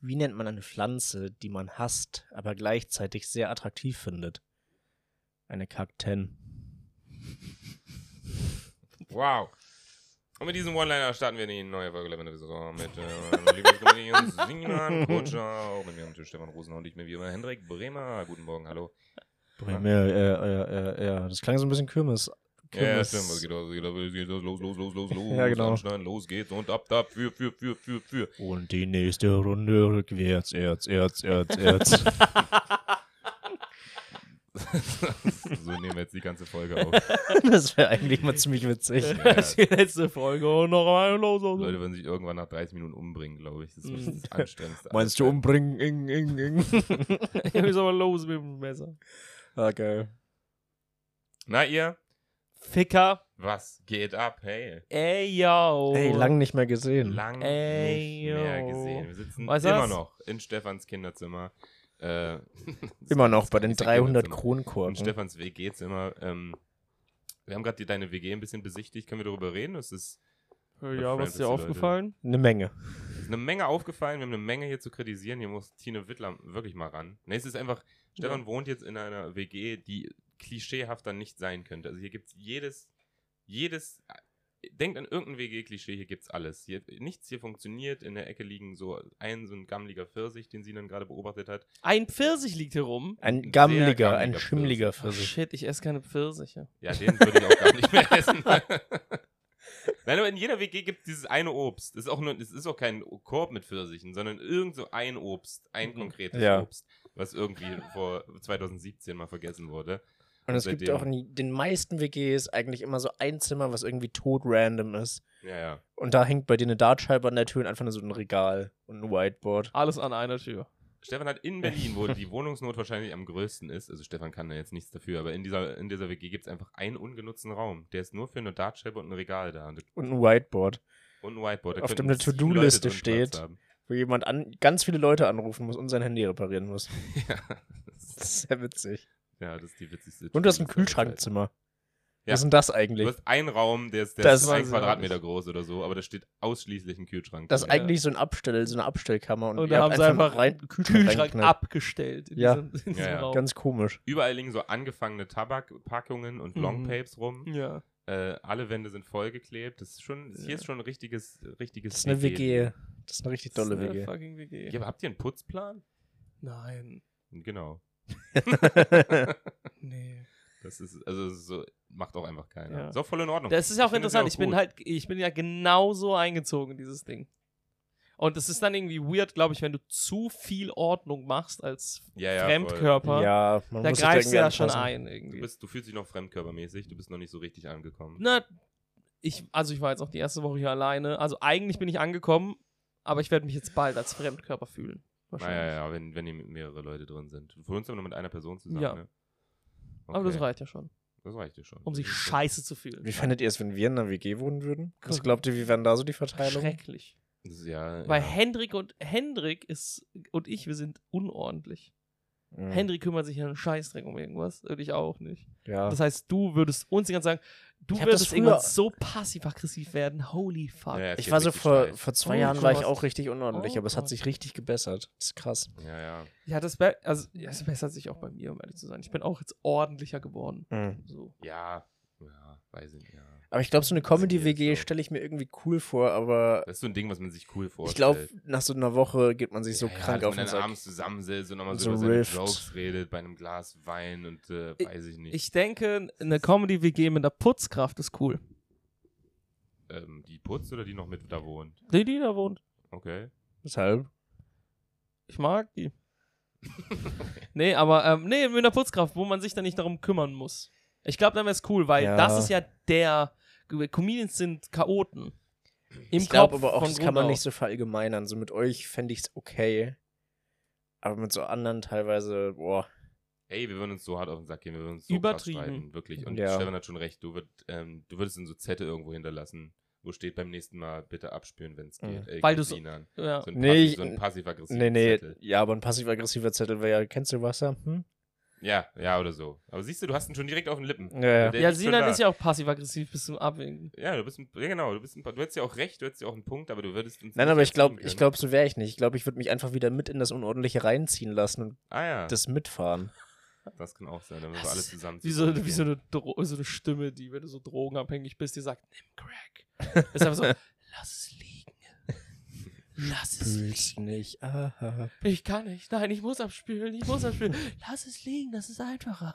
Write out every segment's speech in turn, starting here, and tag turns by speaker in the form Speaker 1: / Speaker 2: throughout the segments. Speaker 1: wie nennt man eine Pflanze, die man hasst, aber gleichzeitig sehr attraktiv findet? Eine Kakteen.
Speaker 2: Wow. Und mit diesem One-Liner starten wir in die neue Folge Lavender Visor mit äh, Lieblingskomödien Sinan Kutscher, auch mit mir am Tisch Stefan Rosen und ich bin wie immer Hendrik Bremer. Guten Morgen, hallo.
Speaker 1: Bring mir, äh, äh, äh, ja, das klang so ein bisschen Kirmes.
Speaker 2: Ja, ja, stimmt, was geht los, was geht los, was geht los, los, los, los, los, los,
Speaker 1: Ja, genau.
Speaker 2: anschneiden, los geht's und ab, ab, für, für, für, für, für.
Speaker 1: Und die nächste Runde rückwärts, Erz, Erz, Erz, Erz.
Speaker 2: so nehmen wir jetzt die ganze Folge auf.
Speaker 1: das wäre eigentlich mal ziemlich witzig.
Speaker 2: Ja.
Speaker 1: Das ist die letzte Folge und noch mal los.
Speaker 2: Leute werden sich irgendwann nach 30 Minuten umbringen, glaube ich. Das ist das Anstrengendste.
Speaker 1: Mhm. Meinst du umbringen? Ing, ing, ing. ich muss aber los mit dem Messer. Ah, geil.
Speaker 2: Na, ihr?
Speaker 3: Ficker.
Speaker 2: Was geht ab? Hey.
Speaker 3: Ey, yo.
Speaker 1: Ey, lang nicht mehr gesehen.
Speaker 2: Lang
Speaker 3: Ey,
Speaker 2: nicht mehr
Speaker 3: yo.
Speaker 2: gesehen. Wir sitzen
Speaker 3: Weißt du
Speaker 2: immer
Speaker 3: was?
Speaker 2: noch in Stefans Kinderzimmer. Äh,
Speaker 1: Immer noch bei den
Speaker 2: Ist ein
Speaker 1: 300
Speaker 2: Kinderzimmer. in
Speaker 1: Kronkorken.
Speaker 2: Stefans WG Zimmer. Ähm, wir haben gerade die- deine WG ein bisschen besichtigt. Können wir darüber reden? Es ist,
Speaker 3: Ja, was ist
Speaker 2: Friends, die
Speaker 3: dir aufgefallen?
Speaker 1: Eine Menge.
Speaker 2: ist eine Menge aufgefallen. Wir haben eine Menge hier zu kritisieren. Hier muss Tine Wittler wirklich mal ran. Nee, es ist einfach, Stefan wohnt jetzt in einer WG, die klischeehafter nicht sein könnte. Also hier gibt es jedes, jedes, denkt an irgendein WG-Klischee, hier gibt's alles. Hier, nichts hier funktioniert. In der Ecke liegen so ein, so ein gammeliger Pfirsich, den Sinan gerade beobachtet hat.
Speaker 3: Ein Pfirsich liegt hier rum.
Speaker 1: Ein
Speaker 2: Sehr
Speaker 1: gammeliger, ein
Speaker 2: gammeliger
Speaker 1: schimmeliger
Speaker 3: Oh,
Speaker 1: Pfirsich.
Speaker 3: shit, ich esse keine Pfirsiche.
Speaker 2: Ja, den würde ich auch gar nicht mehr essen. Nein, aber in jeder WG gibt es dieses eine Obst. Das ist auch nur, es ist auch kein Korb mit Pfirsichen, sondern irgend so ein Obst, ein
Speaker 3: Mhm.
Speaker 2: konkretes
Speaker 1: Ja.
Speaker 2: Obst, was irgendwie vor 2017 mal vergessen wurde.
Speaker 1: Und es gibt
Speaker 2: Seitdem-
Speaker 1: auch in den meisten WGs eigentlich immer so ein Zimmer, was irgendwie tot random ist.
Speaker 2: Ja, ja.
Speaker 1: Und da hängt bei dir eine Dartscheibe an der Tür und einfach nur so ein Regal und ein Whiteboard.
Speaker 3: Alles an einer Tür.
Speaker 2: Stefan hat in Berlin, wo die Wohnungsnot wahrscheinlich am größten ist, also Stefan kann da jetzt nichts dafür, aber in dieser, in dieser WG gibt es einfach einen ungenutzten Raum. Der ist nur für eine Dartscheibe und ein Regal da und,
Speaker 1: Und ein Whiteboard,
Speaker 2: und ein Whiteboard. Da
Speaker 1: Auf
Speaker 2: könnten
Speaker 1: dem eine
Speaker 2: sieben
Speaker 1: To-Do-Liste
Speaker 2: Leute drin Platz
Speaker 1: steht.
Speaker 2: haben.
Speaker 1: wo jemand an, ganz viele Leute anrufen muss und sein Handy reparieren muss.
Speaker 2: Ja, das ist,
Speaker 1: Das ist sehr witzig.
Speaker 2: ja, das ist die witzigste.
Speaker 1: Und du hast ein
Speaker 2: To-Do-Liste aller Zeiten.
Speaker 1: Kühlschrankzimmer.
Speaker 2: Ja.
Speaker 1: Was ist denn das
Speaker 2: Du
Speaker 1: eigentlich?
Speaker 2: hast einen Raum, der ist, der
Speaker 1: Das
Speaker 2: ist ein
Speaker 3: weiß ich
Speaker 2: Quadratmeter groß oder so, aber da steht ausschließlich ein Kühlschrank.
Speaker 1: Das ist
Speaker 2: drin.
Speaker 1: eigentlich so ein Abstell, so eine Abstellkammer. Und,
Speaker 3: Und
Speaker 1: ihr
Speaker 3: da haben
Speaker 1: habt
Speaker 3: sie einfach
Speaker 1: rein-
Speaker 3: einen Kühlschrank Genau.
Speaker 1: reingeknallt.
Speaker 3: abgestellt in
Speaker 1: Ja.
Speaker 3: diesem, in diesem
Speaker 2: Ja, ja.
Speaker 3: Raum.
Speaker 1: Ganz komisch.
Speaker 2: Überall liegen so angefangene Tabakpackungen und
Speaker 3: Mhm.
Speaker 2: Longpapes rum.
Speaker 3: ja.
Speaker 2: Äh, alle Wände sind vollgeklebt. Das ist schon, das- hier
Speaker 3: Ja.
Speaker 2: ist schon ein richtiges, richtiges.
Speaker 1: Das ist eine WG. Das ist eine richtig
Speaker 3: Das ist
Speaker 1: dolle
Speaker 3: eine
Speaker 1: WG.
Speaker 3: fucking WG.
Speaker 2: Ja, aber habt ihr einen Putzplan?
Speaker 3: Nein.
Speaker 2: Genau.
Speaker 3: Nee.
Speaker 2: Das ist, also das ist so, macht auch einfach keiner.
Speaker 3: Ja.
Speaker 2: Ist auch voll in Ordnung.
Speaker 3: Das ist ja auch
Speaker 2: Ich finde das ja auch
Speaker 3: interessant. ich bin
Speaker 2: gut.
Speaker 3: halt, ich bin ja genauso eingezogen in dieses Ding. Und es ist dann irgendwie weird, glaube ich, wenn du zu viel Ordnung machst als
Speaker 2: Ja, ja, voll.
Speaker 3: Fremdkörper.
Speaker 1: ja, also, man
Speaker 3: da
Speaker 1: muss sich
Speaker 3: greifst
Speaker 1: irgendwie
Speaker 3: du ja schon
Speaker 1: anpassen.
Speaker 3: ein irgendwie.
Speaker 2: Du, bist, du fühlst dich noch fremdkörpermäßig, du bist noch nicht so richtig angekommen.
Speaker 3: Na, ich, also ich war jetzt auch die erste Woche hier alleine. Also eigentlich bin ich angekommen, aber ich werde mich jetzt bald als Fremdkörper fühlen.
Speaker 2: Naja,
Speaker 3: Wahrscheinlich.
Speaker 2: ja, wenn, wenn hier mehrere Leute drin sind. Für uns aber nur mit einer Person zusammen,
Speaker 3: Ja.
Speaker 2: ne?
Speaker 3: Aber das
Speaker 2: Okay.
Speaker 3: reicht ja schon,
Speaker 2: Das reicht dir schon.
Speaker 3: um sich
Speaker 2: Das ist-
Speaker 3: scheiße zu fühlen.
Speaker 1: Wie fändet ihr es, wenn wir in einer WG wohnen würden? Was
Speaker 3: Cool.
Speaker 1: glaubt ihr, wie wären da so die Verteilung?
Speaker 3: Schrecklich.
Speaker 2: Das ist Ja,
Speaker 3: Weil
Speaker 2: ja.
Speaker 3: Hendrik und Hendrik ist und ich, wir sind unordentlich.
Speaker 1: Mhm.
Speaker 3: Hendrik kümmert sich ja einen Scheißdreck um irgendwas und ich auch nicht.
Speaker 1: Ja.
Speaker 3: Das heißt, du würdest uns die ganze Zeit sagen, du
Speaker 1: Ich hab das
Speaker 3: würdest irgendwann
Speaker 1: früher-
Speaker 3: so passiv-aggressiv werden. Holy fuck.
Speaker 2: Ja, ja, es
Speaker 1: ich
Speaker 2: geht
Speaker 1: war so
Speaker 2: richtig
Speaker 1: vor,
Speaker 2: steil.
Speaker 1: vor zwei
Speaker 3: Oh
Speaker 1: Jahren war ich
Speaker 3: Gott.
Speaker 1: auch richtig unordentlich,
Speaker 3: Oh
Speaker 1: aber es hat
Speaker 3: Gott.
Speaker 1: sich richtig gebessert. Das ist krass.
Speaker 2: Ja, ja.
Speaker 3: Ja, das, be- also, ja, das bessert sich auch bei mir, um ehrlich zu sein. Ich bin auch jetzt ordentlicher geworden.
Speaker 1: Mhm.
Speaker 3: So.
Speaker 2: Ja, ja, weiß ich nicht. Ja.
Speaker 1: Aber ich glaube, so eine
Speaker 2: Jetzt
Speaker 1: Comedy-WG
Speaker 2: auch.
Speaker 1: stelle ich mir irgendwie cool vor, aber
Speaker 2: Das ist so ein Ding, was man sich cool
Speaker 1: ich
Speaker 2: vorstellt.
Speaker 1: glaube, nach so einer Woche geht man sich so
Speaker 2: ja,
Speaker 1: krank
Speaker 2: ja,
Speaker 1: auf den
Speaker 2: den
Speaker 1: Sack.
Speaker 2: abends zusammensitzt und nochmal so,
Speaker 1: So
Speaker 2: über seine
Speaker 1: Rift.
Speaker 2: Jokes redet, bei einem Glas Wein und äh, weiß ich nicht.
Speaker 3: Ich denke, eine Comedy-WG mit einer Putzkraft ist cool.
Speaker 2: ähm, die putzt oder die noch mit da wohnt?
Speaker 3: Die, die da wohnt.
Speaker 2: Okay.
Speaker 1: Weshalb?
Speaker 3: Ich mag die. nee, aber ähm, nee, mit einer Putzkraft, wo man sich dann nicht darum kümmern muss. Ich glaube, dann wäre es cool, weil
Speaker 1: Ja.
Speaker 3: das ist ja der. Comedians sind Chaoten. Im
Speaker 1: ich glaube
Speaker 3: Kopf
Speaker 1: aber auch,
Speaker 3: von
Speaker 1: das
Speaker 3: Grund
Speaker 1: kann man
Speaker 3: auf.
Speaker 1: nicht so verallgemeinern. So mit euch fände ich es okay. Aber mit so anderen teilweise, boah.
Speaker 2: Ey, wir würden uns so hart auf den Sack gehen, wir würden uns so
Speaker 3: Übertrieben.
Speaker 2: krass streiten, wirklich. Und
Speaker 1: Ja.
Speaker 2: Stefan hat schon recht, du, würd, ähm, du würdest in so Zettel irgendwo hinterlassen, wo steht beim nächsten Mal bitte abspüren, wenn es
Speaker 1: Mhm.
Speaker 2: geht. Ey,
Speaker 3: Weil du so-
Speaker 2: Sinan.
Speaker 3: Ja.
Speaker 2: so ein
Speaker 1: Nee,
Speaker 2: passiv-
Speaker 1: ich-
Speaker 2: so ein passiv-aggressiver
Speaker 1: Nee, nee,
Speaker 2: Zettel.
Speaker 1: ja, aber ein passiv-aggressiver Zettel wäre ja, kennst du Wasser? Hm?
Speaker 2: Ja, ja, oder so. Aber siehst du, du hast ihn schon direkt auf den Lippen.
Speaker 1: Ja,
Speaker 2: Der
Speaker 3: ja,
Speaker 2: schon da.
Speaker 3: Sinan ist ja auch passiv-aggressiv bis zum Abwinken.
Speaker 2: Ja, du bist ein, ja, genau, du bist ein, du hättest ja auch recht, du hättest ja auch einen Punkt, aber du würdest uns
Speaker 1: Nein,
Speaker 2: nicht
Speaker 1: aber ich glaube,
Speaker 2: erzwingen
Speaker 1: ich
Speaker 2: können.
Speaker 1: glaube, so wäre ich nicht. Ich glaube, ich würde mich einfach wieder mit in das Unordentliche reinziehen lassen und
Speaker 2: Ah ja, das,
Speaker 1: das mitfahren.
Speaker 2: kann auch sein, dann müssen wir
Speaker 3: Das
Speaker 2: alle
Speaker 3: ist
Speaker 2: zusammen.
Speaker 3: Wie so, wie so, eine, Dro so eine Stimme, die, wenn du so drogenabhängig bist, die sagt, nimm Crack. Ist einfach so, lass es liegen. Lass es liegen.
Speaker 1: nicht. Aha.
Speaker 3: Ich kann nicht. Nein, ich muss abspülen. Ich muss abspülen. Lass es liegen, das ist einfacher.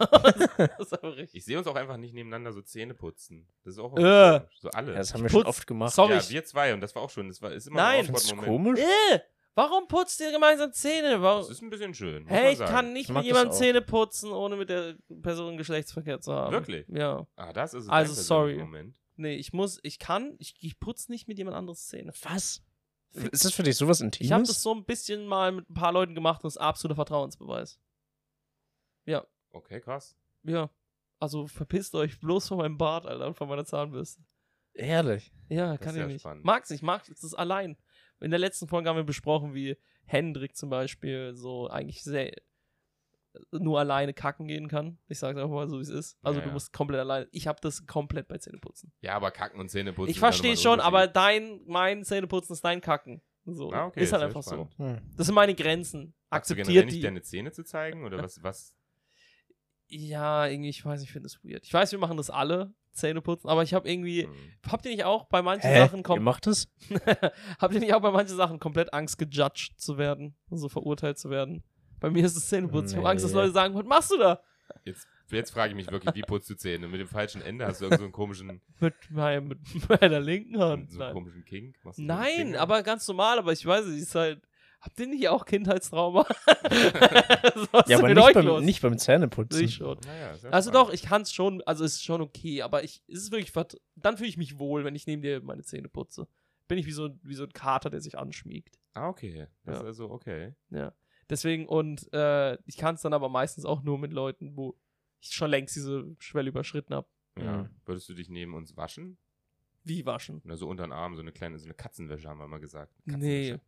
Speaker 3: das ist aber richtig.
Speaker 2: ich sehe uns auch einfach nicht nebeneinander so Zähne putzen. Das ist auch
Speaker 3: Äh.
Speaker 2: so alle.
Speaker 1: Ja, das haben wir
Speaker 3: Putz-
Speaker 1: schon oft gemacht.
Speaker 3: Sorry.
Speaker 2: ja,
Speaker 3: ich-
Speaker 2: wir zwei und das war auch schön. Das war ist immer
Speaker 3: Nein.
Speaker 2: ein
Speaker 1: Das ist
Speaker 2: Awkward-Moment.
Speaker 1: komisch.
Speaker 3: Äh, warum putzt ihr gemeinsam Zähne?
Speaker 2: Das
Speaker 3: Warum?
Speaker 2: ist ein bisschen schön. muss
Speaker 3: Hey,
Speaker 2: man
Speaker 3: ich
Speaker 2: sagen.
Speaker 3: kann nicht
Speaker 1: Ich mag
Speaker 3: mit
Speaker 1: das
Speaker 3: jemandem
Speaker 1: auch.
Speaker 3: Zähne putzen, ohne mit der Person Geschlechtsverkehr zu haben.
Speaker 2: Wirklich?
Speaker 3: Ja.
Speaker 2: Ah, das ist es,
Speaker 3: Also,
Speaker 2: dein persönlicher
Speaker 3: sorry.
Speaker 2: Moment.
Speaker 3: Nee, ich muss, ich kann, ich, ich putze nicht mit jemand anderes Zähne.
Speaker 1: Was? Ist das für dich sowas Intimes?
Speaker 3: Ich habe das so ein bisschen mal mit ein paar Leuten gemacht und das ist absoluter Vertrauensbeweis.
Speaker 2: Okay, krass.
Speaker 3: Ja. Also verpisst euch bloß von meinem Bart, Alter, und von meiner Zahnbürste.
Speaker 1: Ehrlich.
Speaker 3: Ja,
Speaker 2: Das
Speaker 3: kann
Speaker 2: ist
Speaker 3: ich
Speaker 2: ja
Speaker 3: nicht.
Speaker 2: spannend.
Speaker 3: Mag's nicht, mag's, es ist allein. In der letzten Folge haben wir besprochen, wie Hendrik zum Beispiel so eigentlich sehr äh, nur alleine kacken gehen kann. Ich sag's einfach mal so, wie es ist. Also
Speaker 2: Ja,
Speaker 3: du
Speaker 2: ja.
Speaker 3: musst komplett alleine. Ich habe das komplett bei Zähneputzen.
Speaker 2: Ja, aber Kacken und Zähne putzen. halt
Speaker 3: ich verstehe schon, aber dein, mein Zähneputzen ist dein Kacken. So.
Speaker 2: Ah, okay,
Speaker 3: ist halt
Speaker 2: sehr
Speaker 3: einfach
Speaker 2: spannend.
Speaker 3: so.
Speaker 1: Hm.
Speaker 3: Das sind meine Grenzen.
Speaker 2: Magst du
Speaker 3: Akzeptiert
Speaker 2: generell
Speaker 3: die.
Speaker 2: nicht deine Zähne zu zeigen oder was was
Speaker 3: Ja, irgendwie, ich weiß, ich finde das weird. Ich weiß, wir machen das alle, Zähne putzen, aber ich habe irgendwie.
Speaker 2: Hm.
Speaker 3: Habt ihr nicht auch bei manchen
Speaker 1: Hä?
Speaker 3: Sachen
Speaker 1: Ihr
Speaker 3: kom
Speaker 1: macht das?
Speaker 3: Habt ihr nicht auch bei manchen Sachen komplett Angst, gejudged zu werden, so verurteilt zu werden? Bei mir ist es Zähneputzen. Ich habe Angst, dass
Speaker 1: Nee.
Speaker 3: Leute sagen, was machst du da?
Speaker 2: Jetzt, jetzt frage ich mich wirklich, wie putzt du Zähne? Mit dem falschen Ende hast du irgend so einen komischen,
Speaker 3: Mit, meinem, mit meiner linken
Speaker 2: so
Speaker 3: Hand.
Speaker 2: einen
Speaker 3: Oh Nein,
Speaker 2: komischen Kink? Machst du so einen
Speaker 3: Nein
Speaker 2: Finger?
Speaker 3: aber ganz normal, aber ich weiß, es ist halt. Habt ihr nicht auch Kindheitstrauma? Was
Speaker 1: Ja,
Speaker 3: ist
Speaker 1: aber
Speaker 3: mit
Speaker 1: nicht
Speaker 3: euch
Speaker 1: beim,
Speaker 3: los?
Speaker 1: nicht beim Zähneputzen.
Speaker 3: ich schon.
Speaker 2: Naja, ist ja
Speaker 3: Also
Speaker 2: spannend.
Speaker 3: doch, ich kann es schon, also es ist schon okay, aber ich, es ist wirklich, vert- dann fühle ich mich wohl, wenn ich neben dir meine Zähne putze. Bin ich wie so, wie so ein Kater, der sich anschmiegt.
Speaker 2: Ah, okay. Das
Speaker 3: Ja.
Speaker 2: ist also okay.
Speaker 3: Ja. Deswegen, und äh, ich kann es dann aber meistens auch nur mit Leuten, wo ich schon längst diese Schwelle überschritten habe.
Speaker 2: Ja.
Speaker 1: Mhm.
Speaker 2: Würdest du dich neben uns waschen?
Speaker 3: Wie waschen?
Speaker 2: Na, so unter den Arm, so eine kleine, so eine Katzenwäsche haben wir mal gesagt.
Speaker 3: Nee.
Speaker 2: Katzenwäsche.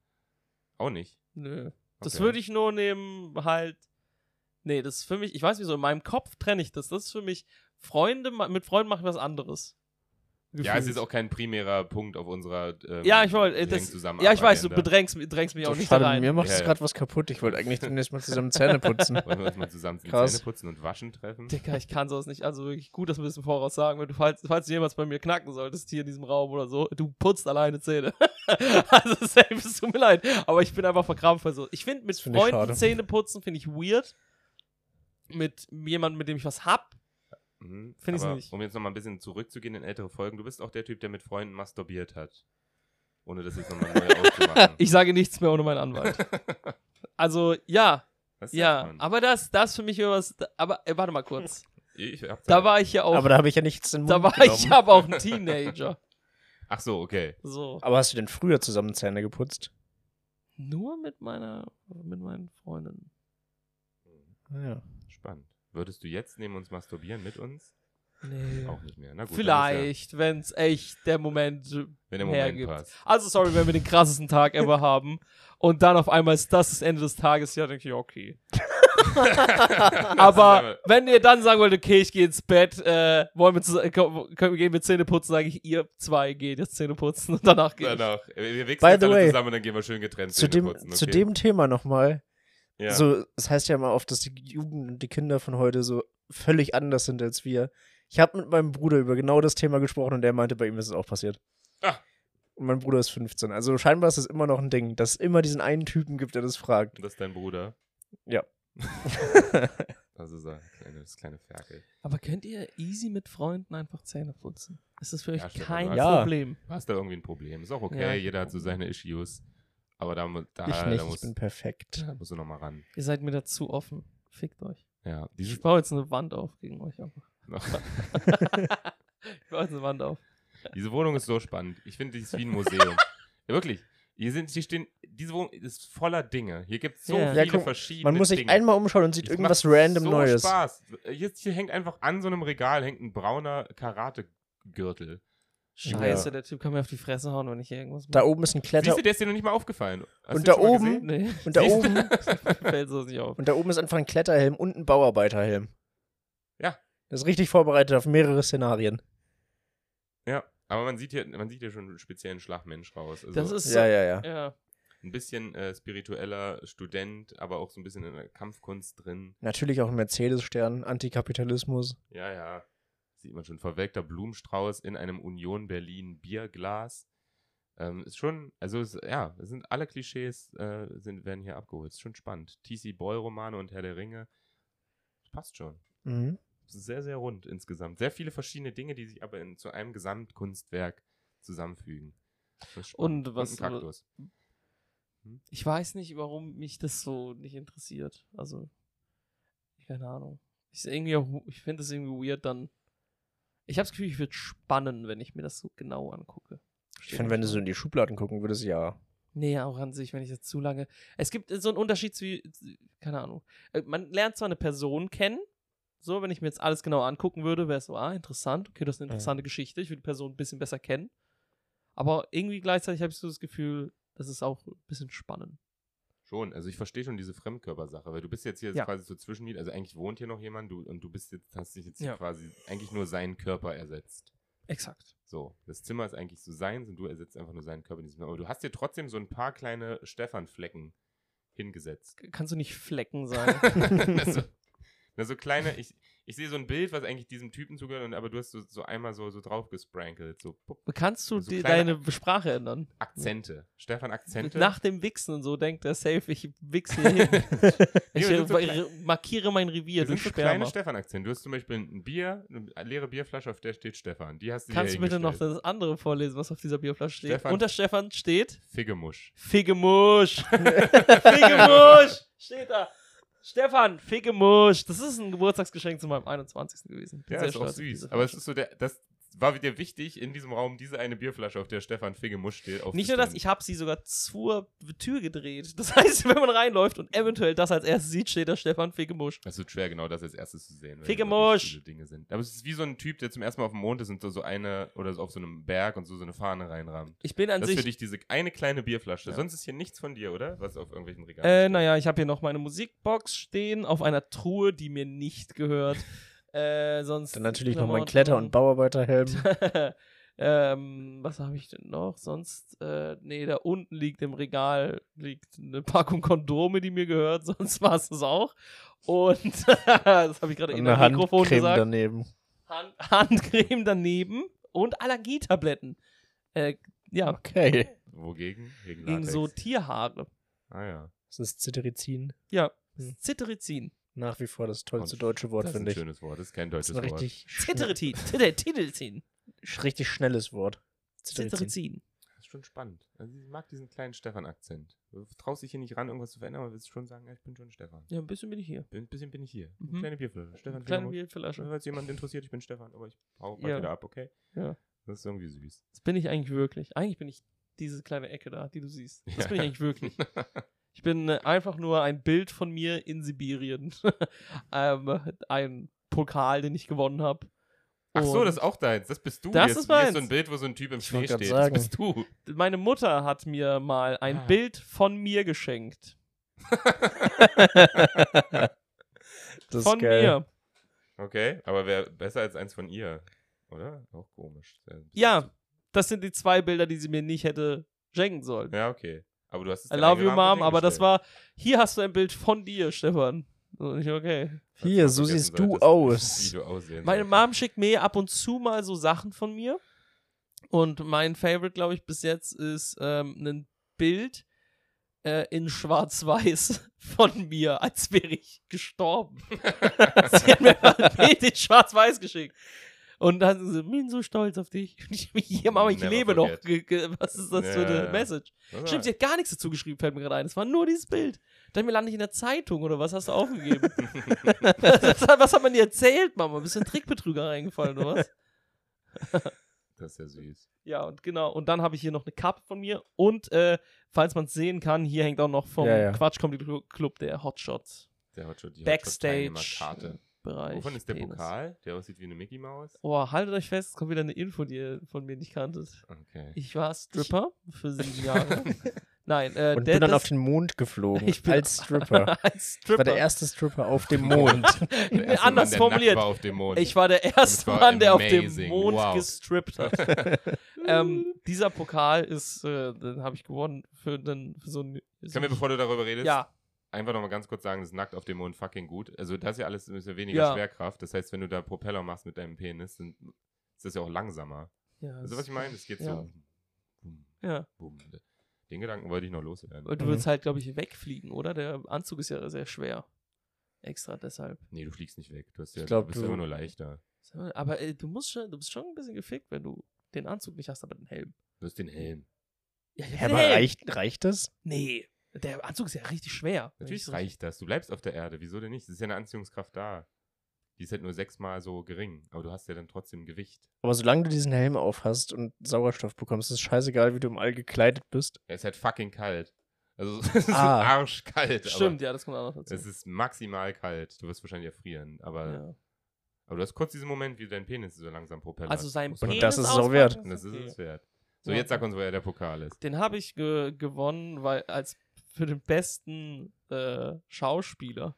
Speaker 2: Auch nicht.
Speaker 3: Nö. Das
Speaker 2: Okay.
Speaker 3: würde ich nur nehmen, halt. Nee, das ist für mich, ich weiß nicht so, in meinem Kopf trenne ich das. Das ist für mich, Freunde, ma- mit Freunden machen wir was anderes.
Speaker 2: Ja, es ist
Speaker 3: Gefühlt.
Speaker 2: auch kein primärer Punkt auf unserer. Ähm,
Speaker 3: Ja, ich wollte, äh,
Speaker 2: eng
Speaker 3: das,
Speaker 2: zusammen ne?
Speaker 3: ja, ich weiß, du
Speaker 2: Agenda.
Speaker 3: bedrängst, bedrängst mich auch nicht da
Speaker 1: Schade,
Speaker 3: rein.
Speaker 1: mir macht
Speaker 2: Ja,
Speaker 1: es
Speaker 2: ja.
Speaker 1: gerade was kaputt. Ich wollte eigentlich demnächst mal zusammen Zähne putzen.
Speaker 2: Wollen wir uns mal zusammen die
Speaker 1: Krass.
Speaker 2: Zähne putzen und waschen treffen?
Speaker 3: Dicker, ich kann sowas nicht. Also wirklich gut, dass wir das im Voraus sagen. Wenn du, falls, falls du jemals bei mir knacken solltest, hier in diesem Raum oder so, du putzt alleine Zähne. also safe, es tut mir leid. Aber ich bin einfach verkrampft. Also ich finde, mit
Speaker 1: Das find ich
Speaker 3: Freunden
Speaker 1: schade.
Speaker 3: Zähne putzen finde ich weird. Mit jemandem, mit dem ich was hab.
Speaker 2: Mhm.
Speaker 3: Find ich's
Speaker 2: Aber
Speaker 3: nicht.
Speaker 2: Um jetzt nochmal ein bisschen zurückzugehen in ältere Folgen, du bist auch der Typ, der mit Freunden masturbiert hat. Ohne das jetzt nochmal neu aufzumachen.
Speaker 3: Ich sage nichts mehr ohne meinen Anwalt. also ja,
Speaker 2: Das sagt
Speaker 3: ja.
Speaker 2: man.
Speaker 3: Aber das, das für mich immer was. Aber äh, warte mal kurz.
Speaker 2: Ich hab's
Speaker 3: Da
Speaker 2: halt-
Speaker 3: war ich ja auch.
Speaker 1: Aber da habe ich ja nichts in den
Speaker 3: Oh. da
Speaker 1: Mund
Speaker 3: war
Speaker 1: genommen.
Speaker 3: ich aber auch ein Teenager.
Speaker 2: Ach so, okay.
Speaker 3: So.
Speaker 1: Aber hast du denn früher zusammen Zähne geputzt?
Speaker 3: Nur mit meiner, mit meinen Freundinnen.
Speaker 1: Ja.
Speaker 2: Spannend. Würdest du jetzt neben uns masturbieren mit uns?
Speaker 3: Nee.
Speaker 1: Oh
Speaker 2: Auch nicht mehr. Na gut. dann ist
Speaker 3: Vielleicht, wenn's echt der Moment äh,
Speaker 2: Ja, wenn der Moment
Speaker 3: hergibt.
Speaker 2: passt.
Speaker 3: Also sorry, wenn wir den krassesten Tag ever haben und dann auf einmal ist das das Ende des Tages, ja, denke ich, okay. aber
Speaker 2: aber-
Speaker 3: wenn ihr dann sagen wollt, okay, ich gehe ins Bett, äh, wollen wir zusammen, komm, können, gehen wir Zähne putzen, sage ich, ihr zwei geht jetzt Zähne putzen und danach geht.
Speaker 2: Danach. Wir wichsen
Speaker 1: By
Speaker 2: jetzt
Speaker 1: the
Speaker 2: alle
Speaker 1: way,
Speaker 2: zusammen, dann gehen wir schön getrennt
Speaker 1: Zu
Speaker 2: Zähne
Speaker 1: dem,
Speaker 2: putzen, okay?
Speaker 1: zu dem Thema nochmal.
Speaker 2: ja.
Speaker 1: So, es heißt ja immer oft, dass die Jugend und die Kinder von heute so völlig anders sind als wir. Ich habe mit meinem Bruder über genau das Thema gesprochen und der meinte, bei ihm ist es auch passiert.
Speaker 2: Ah.
Speaker 1: Und mein Bruder ist 15. Also scheinbar ist es immer noch ein Ding, dass es immer diesen einen Typen gibt, der das fragt.
Speaker 2: Das ist dein Bruder.
Speaker 1: Ja.
Speaker 2: Das ist er, kleine, das kleine Ferkel.
Speaker 3: Aber könnt ihr easy mit Freunden einfach Zähne putzen? Ist das für euch
Speaker 2: Ja, Stefan,
Speaker 3: kein
Speaker 2: du hast-
Speaker 1: Ja.
Speaker 3: Problem?
Speaker 2: Du hast da irgendwie ein Problem. Ist auch okay,
Speaker 3: Ja.
Speaker 2: jeder hat so seine Issues. Aber da, mu- Ah,
Speaker 1: ich
Speaker 2: da,
Speaker 1: nicht,
Speaker 2: da,
Speaker 1: ich
Speaker 2: musst,
Speaker 1: bin perfekt.
Speaker 2: da musst du nochmal ran.
Speaker 3: Ihr seid mir dazu offen. Fickt euch.
Speaker 2: Ja,
Speaker 3: Ich
Speaker 2: dieses,
Speaker 3: baue jetzt eine Wand auf gegen euch. einfach. ich baue jetzt eine Wand auf.
Speaker 2: diese Wohnung ist so spannend. Ich finde, die ist wie ein Museum. ja, wirklich. Hier, sind, hier stehen, diese Wohnung ist voller Dinge. Hier gibt es so
Speaker 3: Ja.
Speaker 2: viele
Speaker 1: Ja, guck,
Speaker 2: verschiedene
Speaker 1: Man muss sich
Speaker 2: Dinge.
Speaker 1: einmal umschauen und sieht
Speaker 2: Es
Speaker 1: irgendwas
Speaker 2: macht
Speaker 1: random
Speaker 2: so
Speaker 1: Neues.
Speaker 2: Spaß. Jetzt hier hängt einfach an so einem Regal hängt ein brauner Karategürtel.
Speaker 3: Scheiße,
Speaker 1: Ja.
Speaker 3: der Typ kann mir auf die Fresse hauen, wenn ich hier irgendwas
Speaker 1: Da oben ist ein Kletter
Speaker 2: Siehst du, der ist dir noch nicht mal aufgefallen. Hast
Speaker 1: Und
Speaker 2: du
Speaker 1: da
Speaker 2: schon mal
Speaker 1: oben-
Speaker 2: gesehen?
Speaker 3: Nee,
Speaker 1: und da
Speaker 2: Siehst du?
Speaker 1: oben
Speaker 3: fällt sowas nicht auf.
Speaker 1: und da oben ist einfach ein Kletterhelm und ein Bauarbeiterhelm.
Speaker 2: Ja.
Speaker 1: Das ist richtig vorbereitet auf mehrere Szenarien.
Speaker 2: Ja, aber man sieht hier, man sieht hier schon einen speziellen Schlagmensch raus. Also
Speaker 3: Das ist so,
Speaker 1: Ja, ja, ja.
Speaker 3: ja.
Speaker 2: ein bisschen äh, spiritueller Student, aber auch so ein bisschen in der Kampfkunst drin.
Speaker 1: Natürlich auch ein Mercedes-Stern, Antikapitalismus.
Speaker 2: Ja, ja. Sieht man schon. Verwelkter Blumenstrauß in einem Union Berlin Bierglas. Ähm, ist schon, also ist, ja, es sind alle Klischees äh, sind, werden hier abgeholt. Ist schon spannend. TC Boy Romane und Herr der Ringe. Passt schon.
Speaker 1: Mhm.
Speaker 2: Sehr, sehr rund insgesamt. Sehr viele verschiedene Dinge, die sich aber in, zu einem Gesamtkunstwerk zusammenfügen. Das ist spannend.
Speaker 3: Und was-
Speaker 2: ein Kaktus.
Speaker 3: Ich weiß nicht, warum mich das so nicht interessiert. Also, keine Ahnung. Ist irgendwie auch, ich finde es irgendwie weird dann. Ich habe das Gefühl, ich würde spannen, wenn ich mir das so genau angucke.
Speaker 1: Ich finde, wenn du so in die Schubladen gucken würdest, ja.
Speaker 3: Nee, auch an sich, wenn ich jetzt zu lange. Es gibt so einen Unterschied zu. Keine Ahnung. Äh, Man lernt zwar eine Person kennen. So, wenn ich mir jetzt alles genau angucken würde, wäre es so, ah, interessant. Okay, das ist eine
Speaker 1: Mhm.
Speaker 3: interessante Geschichte. Ich würde die Person ein bisschen besser kennen. Aber irgendwie gleichzeitig habe ich so das Gefühl, das ist auch ein bisschen spannend.
Speaker 2: Schon, also ich verstehe schon diese Fremdkörpersache, weil du bist jetzt hier
Speaker 3: Ja.
Speaker 2: quasi so zwischenmiet, also eigentlich wohnt hier noch jemand du, und du bist jetzt, hast dich jetzt
Speaker 3: Ja.
Speaker 2: quasi eigentlich nur seinen Körper ersetzt.
Speaker 3: Exakt.
Speaker 2: So, das Zimmer ist eigentlich so seins und du ersetzt einfach nur seinen Körper in diesem Aber du hast dir trotzdem so ein paar kleine Stefan-Flecken hingesetzt.
Speaker 3: Kannst du nicht Flecken sein?
Speaker 2: na, so, na, so kleine, ich, ich sehe so ein Bild, was eigentlich diesem Typen zugehört, und, aber du hast so, so einmal so, so drauf gesprankelt, so pup,
Speaker 3: Kannst du
Speaker 2: So
Speaker 3: die,
Speaker 2: kleine-
Speaker 3: deine Sprache ändern?
Speaker 2: Akzente. Stefan Akzente.
Speaker 3: Nach dem Wichsen und so denkt er safe, ich wichse hier hin.
Speaker 2: Nee,
Speaker 3: Ich
Speaker 2: wir sind so
Speaker 3: äh,
Speaker 2: klein-
Speaker 3: markiere mein Revier
Speaker 2: Das sind
Speaker 3: durch
Speaker 2: so
Speaker 3: Sperma.
Speaker 2: kleine Stefan-Akzente. Du hast zum Beispiel ein Bier, eine leere Bierflasche, auf der steht Stefan. Die hast du
Speaker 3: Kannst
Speaker 2: dir
Speaker 3: du bitte noch
Speaker 2: hingestellt.
Speaker 3: das andere vorlesen, was auf dieser Bierflasche steht?
Speaker 2: Stefan-
Speaker 3: Unter Stefan steht
Speaker 2: Figgemusch.
Speaker 3: Figgemusch. Figgemusch steht da. Stefan, Figgemusch. Das ist ein Geburtstagsgeschenk zu meinem 21. gewesen. Bin
Speaker 2: Ja,
Speaker 3: sehr
Speaker 2: ist auch
Speaker 3: stolz auf diese
Speaker 2: süß. Aber es
Speaker 3: Flasche.
Speaker 2: ist so der, das war dir wichtig, in diesem Raum diese eine Bierflasche, auf der Stefan Figgemusch steht.
Speaker 3: nicht nur das, ich habe sie sogar zur Tür gedreht. Das heißt, wenn man reinläuft und eventuell das als erstes sieht, steht da Stefan Figgemusch.
Speaker 2: Es wird schwer, genau das als erstes zu sehen. weil
Speaker 3: Figgemusch!
Speaker 2: das viele Dinge sind. Aber es ist wie so ein Typ, der zum ersten Mal auf dem Mond ist und so, so eine, oder so auf so einem Berg und so, so eine Fahne reinrammt.
Speaker 3: Ich bin an
Speaker 2: Das ist für
Speaker 3: sich
Speaker 2: dich diese eine kleine Bierflasche.
Speaker 3: Ja.
Speaker 2: Sonst ist hier nichts von dir, oder? Was auf irgendwelchen Regalen
Speaker 3: Äh,
Speaker 2: steht.
Speaker 3: naja, ich habe hier noch meine Musikbox stehen auf einer Truhe, die mir nicht gehört. äh, sonst.
Speaker 1: Dann natürlich noch mein
Speaker 3: Klamotten.
Speaker 1: Kletter- und Bauarbeiterhelm.
Speaker 3: ähm, was habe ich denn noch? Sonst, äh, nee, da unten liegt im Regal liegt eine Packung Kondome, die mir gehört. Sonst war es das auch. Und das habe ich gerade
Speaker 1: Und
Speaker 3: in
Speaker 1: eine
Speaker 3: das Mikrofon
Speaker 1: Handcreme
Speaker 3: gesagt.
Speaker 1: daneben.
Speaker 3: Hand Handcreme daneben und Allergietabletten. Äh, ja,
Speaker 1: Okay.
Speaker 2: Wogegen? Gegen,
Speaker 3: gegen
Speaker 2: Latex.
Speaker 3: so Tierhaare.
Speaker 2: Ah ja.
Speaker 1: Das ist Zitterizin.
Speaker 3: Ja,
Speaker 1: Hm.
Speaker 3: Zitterizin.
Speaker 1: Nach wie vor das tollste
Speaker 2: Und
Speaker 1: deutsche Wort,
Speaker 2: das ist ein
Speaker 1: finde ich.
Speaker 2: schönes Wort. Das ist kein
Speaker 1: Das
Speaker 2: deutsches
Speaker 1: ist ein
Speaker 2: Wort.
Speaker 1: richtig, schn
Speaker 3: Zitterizin. Titelzin.
Speaker 1: sch- richtig schnelles Wort. Zitterizin.
Speaker 3: Zitterizin.
Speaker 2: Das ist schon spannend. Also ich mag diesen kleinen Stefan-Akzent. Du traust dich hier nicht ran, irgendwas zu verändern, aber willst schon sagen, ja, ich bin schon Stefan.
Speaker 3: Ja, ein bisschen bin ich hier.
Speaker 2: Bin, ein bisschen bin ich hier.
Speaker 3: Mhm.
Speaker 2: Kleine Bierflasche. Stefan
Speaker 3: Kleine
Speaker 2: Bierflasche.
Speaker 3: Bierflasche.
Speaker 2: Falls jemand interessiert, ich bin Stefan, aber ich hau bald
Speaker 3: Ja.
Speaker 2: wieder ab, okay?
Speaker 3: Ja.
Speaker 2: Das ist irgendwie süß.
Speaker 3: Das bin ich eigentlich wirklich. Eigentlich bin ich diese kleine Ecke da, die du siehst. Das bin ich eigentlich wirklich. Ich bin äh, einfach nur ein Bild von mir in Sibirien. ähm, ein Pokal, den ich gewonnen habe.
Speaker 2: Ach so, das ist auch deins. Das bist du.
Speaker 3: Das
Speaker 2: Jetzt-
Speaker 3: ist
Speaker 2: hier
Speaker 3: meins.
Speaker 2: so ein Bild, wo so ein Typ im
Speaker 1: Ich
Speaker 2: Schnee
Speaker 1: wollt grad
Speaker 2: steht.
Speaker 1: sagen.
Speaker 2: Das bist du.
Speaker 3: Meine Mutter hat mir mal ein
Speaker 2: Ah.
Speaker 3: Bild von mir geschenkt.
Speaker 1: Das
Speaker 3: von
Speaker 1: ist geil.
Speaker 3: mir.
Speaker 2: Okay, aber wäre besser als eins von ihr, oder? Auch komisch. Äh, ein bisschen
Speaker 3: Ja, das sind die zwei Bilder, die sie mir nicht hätte schenken sollen.
Speaker 2: zu- Ja, okay. Aber du hast es
Speaker 3: I
Speaker 2: ja
Speaker 3: love you,
Speaker 2: eingerahmt und
Speaker 3: Mom, aber das
Speaker 2: hingestellt.
Speaker 3: war, hier hast du ein Bild von dir, Stefan. Und ich, okay.
Speaker 2: Falls
Speaker 1: Hier,
Speaker 2: du
Speaker 1: so
Speaker 2: vergessen
Speaker 1: siehst du
Speaker 2: solltest,
Speaker 1: aus.
Speaker 2: Wie du aussehen
Speaker 3: Meine
Speaker 2: solltest.
Speaker 3: Mom schickt mir ab und zu mal so Sachen von mir. Und mein Favorite, glaube ich, bis jetzt ist ähm, ein Bild äh, in Schwarz-Weiß von mir, als wäre ich gestorben. sie hat mir mal ein Bild in Schwarz-Weiß geschickt. Und dann sind sie, bin so stolz auf dich. Und ich bin hier, Mama, ich
Speaker 2: Never
Speaker 3: lebe
Speaker 2: forget.
Speaker 3: noch. Ge- ge- Was ist das für
Speaker 2: Ja,
Speaker 3: eine
Speaker 2: ja.
Speaker 3: Message?
Speaker 2: Das war-
Speaker 3: Stimmt, sie hat gar nichts dazu geschrieben, fällt mir gerade ein. Es war nur dieses Bild. Dann mir lande ich in der Zeitung oder was hast du aufgegeben? was, hat- was hat man dir erzählt, Mama? Bist du ein Trickbetrüger reingefallen oder was?
Speaker 2: Das ist ja süß.
Speaker 3: Ja, und genau. Und dann habe ich hier noch eine Karte von mir. Und äh, falls man es sehen kann, hier hängt auch noch vom
Speaker 1: Ja, ja.
Speaker 3: Quatsch Comedy Club der Hotshot.
Speaker 2: Der hat schon die
Speaker 3: Backstage.
Speaker 2: Karte.
Speaker 3: Bereich.
Speaker 2: Wovon ist der
Speaker 3: Penis.
Speaker 2: Pokal? Der aussieht wie eine Mickey Maus?
Speaker 3: Oh, haltet euch fest, es kommt wieder eine Info, die ihr von mir nicht kanntet.
Speaker 2: Okay.
Speaker 3: Ich war Stripper für sieben Jahre. Nein, äh,
Speaker 1: Und
Speaker 3: der,
Speaker 1: bin dann
Speaker 3: das-
Speaker 1: auf den Mond geflogen.
Speaker 3: Ich bin-
Speaker 1: als Stripper.
Speaker 3: als
Speaker 1: Ich war
Speaker 3: Stripper.
Speaker 1: der erste Stripper auf dem Mond.
Speaker 2: Der erste Mann,
Speaker 3: anders
Speaker 2: der
Speaker 3: formuliert.
Speaker 2: nackt War auf dem Mond.
Speaker 3: ich war der erste
Speaker 2: war
Speaker 3: Mann, der auf
Speaker 2: amazing.
Speaker 3: dem Mond
Speaker 2: Wow.
Speaker 3: gestrippt hat. ähm, dieser Pokal ist, äh, den habe ich gewonnen für, den, für so einen.
Speaker 2: Können wir, bevor du darüber redest,
Speaker 3: Ja,
Speaker 2: einfach nochmal ganz kurz sagen, das ist nackt auf dem Mond fucking gut. Also das ist ja alles ein bisschen weniger
Speaker 3: Ja.
Speaker 2: Schwerkraft. Das heißt, wenn du da Propeller machst mit deinem Penis, dann ist das ja auch langsamer.
Speaker 3: ja.
Speaker 2: Also was ich meine, es geht
Speaker 3: ja.
Speaker 2: so. Bum,
Speaker 3: Ja.
Speaker 2: bum. Den Gedanken wollte ich noch loswerden.
Speaker 3: Und du
Speaker 1: Mhm.
Speaker 3: würdest halt, glaube ich, wegfliegen, oder? Der Anzug ist ja sehr schwer. Extra deshalb.
Speaker 2: Nee, du fliegst nicht weg. Du, hast ja,
Speaker 1: Ich glaub,
Speaker 2: du bist
Speaker 1: du-
Speaker 2: ja immer nur leichter.
Speaker 3: Aber äh, du musst schon, du bist schon ein bisschen gefickt, wenn du den Anzug nicht hast, aber den Helm.
Speaker 2: Du hast den Helm.
Speaker 3: Ja, ich
Speaker 1: Ja,
Speaker 3: hab den
Speaker 1: aber
Speaker 3: Helm.
Speaker 1: reicht, reicht das?
Speaker 3: Nee, der Anzug ist ja richtig schwer. wenn ich
Speaker 2: Natürlich
Speaker 3: so-
Speaker 2: reicht das. Du bleibst auf der Erde. Wieso denn nicht? Es ist ja eine Anziehungskraft da. Die ist halt nur sechsmal so gering. Aber du hast ja dann trotzdem Gewicht.
Speaker 1: Aber solange du diesen Helm auf hast und Sauerstoff bekommst, ist scheißegal, wie du im All gekleidet bist.
Speaker 2: Er ist halt fucking kalt. Also es ist
Speaker 1: Ah.
Speaker 2: arschkalt.
Speaker 3: Stimmt,
Speaker 2: aber
Speaker 3: ja, das kommt auch noch dazu.
Speaker 2: Es ist äh, maximal kalt. Du wirst wahrscheinlich erfrieren. Aber,
Speaker 3: ja.
Speaker 2: aber du hast kurz diesen Moment, wie dein Penis so langsam propellert.
Speaker 3: Also sein
Speaker 2: Muss man-
Speaker 3: Penis
Speaker 1: das ist es auch
Speaker 3: auspacken,
Speaker 1: wert.
Speaker 2: Und Das ist es wert. So,
Speaker 3: Ja.
Speaker 2: jetzt sag uns, woher der Pokal ist.
Speaker 3: Den habe ich ge gewonnen, weil als für den besten äh, Schauspieler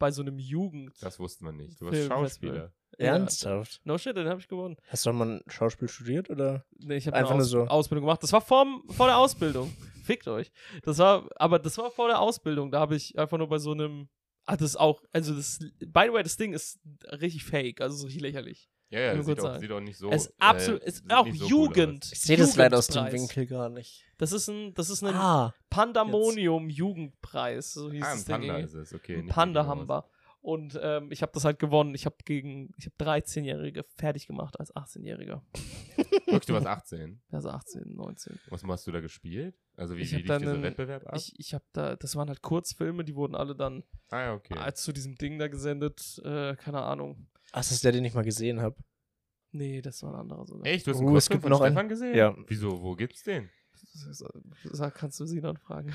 Speaker 3: bei so einem Jugend.
Speaker 2: Das wusste man nicht. Du warst
Speaker 3: Film- ne?
Speaker 2: Schauspieler.
Speaker 3: Ja.
Speaker 1: Ernsthaft?
Speaker 3: No shit, den habe ich gewonnen.
Speaker 1: Hast du mal ein Schauspiel studiert oder?
Speaker 3: Nee, ich habe
Speaker 1: Einfach
Speaker 3: eine
Speaker 1: nur
Speaker 3: Aus
Speaker 1: so.
Speaker 3: Ausbildung gemacht. Das war vorm, vor der Ausbildung. Fickt euch. Das war, aber das war vor der Ausbildung. Da habe ich einfach nur bei so einem. Ah, das ist auch, also das, by the way, das Ding ist richtig fake, also ist richtig lächerlich.
Speaker 2: Ja, ja,
Speaker 3: Nur
Speaker 2: das
Speaker 3: kurz
Speaker 2: sieht auch,
Speaker 3: sagen.
Speaker 2: sieht auch nicht so.
Speaker 3: es ist absolut,
Speaker 2: äh,
Speaker 3: es ist
Speaker 2: sieht
Speaker 3: auch
Speaker 2: nicht so cool
Speaker 3: Jugend.
Speaker 2: aus.
Speaker 1: Ich sehe das leider aus dem
Speaker 3: Jugendpreis.
Speaker 1: Winkel gar nicht.
Speaker 3: Das ist ein, das ist ein
Speaker 1: Ah,
Speaker 3: Pandamonium-Jugendpreis, so hieß
Speaker 2: Ah, ein
Speaker 3: das Ding.
Speaker 2: Panda
Speaker 3: irgendwie.
Speaker 2: ist es, okay.
Speaker 3: Ein
Speaker 2: nicht Mickey Mouse.
Speaker 3: Panda-Hamba. Und ähm, ich habe das halt gewonnen. Ich habe gegen, ich habe 13-Jährige fertig gemacht als 18-Jähriger.
Speaker 2: Wirklich, du warst 18.
Speaker 3: Also 18, 19.
Speaker 2: Was hast du da gespielt? Also, wie,
Speaker 3: Ich
Speaker 2: wie
Speaker 3: hab
Speaker 2: lief
Speaker 3: dann
Speaker 2: dieser
Speaker 3: einen-
Speaker 2: Wettbewerb ab?
Speaker 3: Ich, ich habe da, das waren halt Kurzfilme, die wurden alle dann
Speaker 2: ah, ja, okay.
Speaker 3: als zu diesem Ding da gesendet. Äh, keine Ahnung.
Speaker 1: ach, das ist der, den ich mal gesehen habe.
Speaker 3: Nee, das war ein anderer sogar.
Speaker 2: Echt? Du hast
Speaker 1: Oh,
Speaker 2: einen
Speaker 1: es
Speaker 2: Kurzfilm
Speaker 1: gibt
Speaker 2: von
Speaker 1: noch einen-
Speaker 2: Stefan gesehen?
Speaker 1: Ja.
Speaker 2: Wieso? Wo gibt's den?
Speaker 3: Das- Das kannst du sie dann fragen.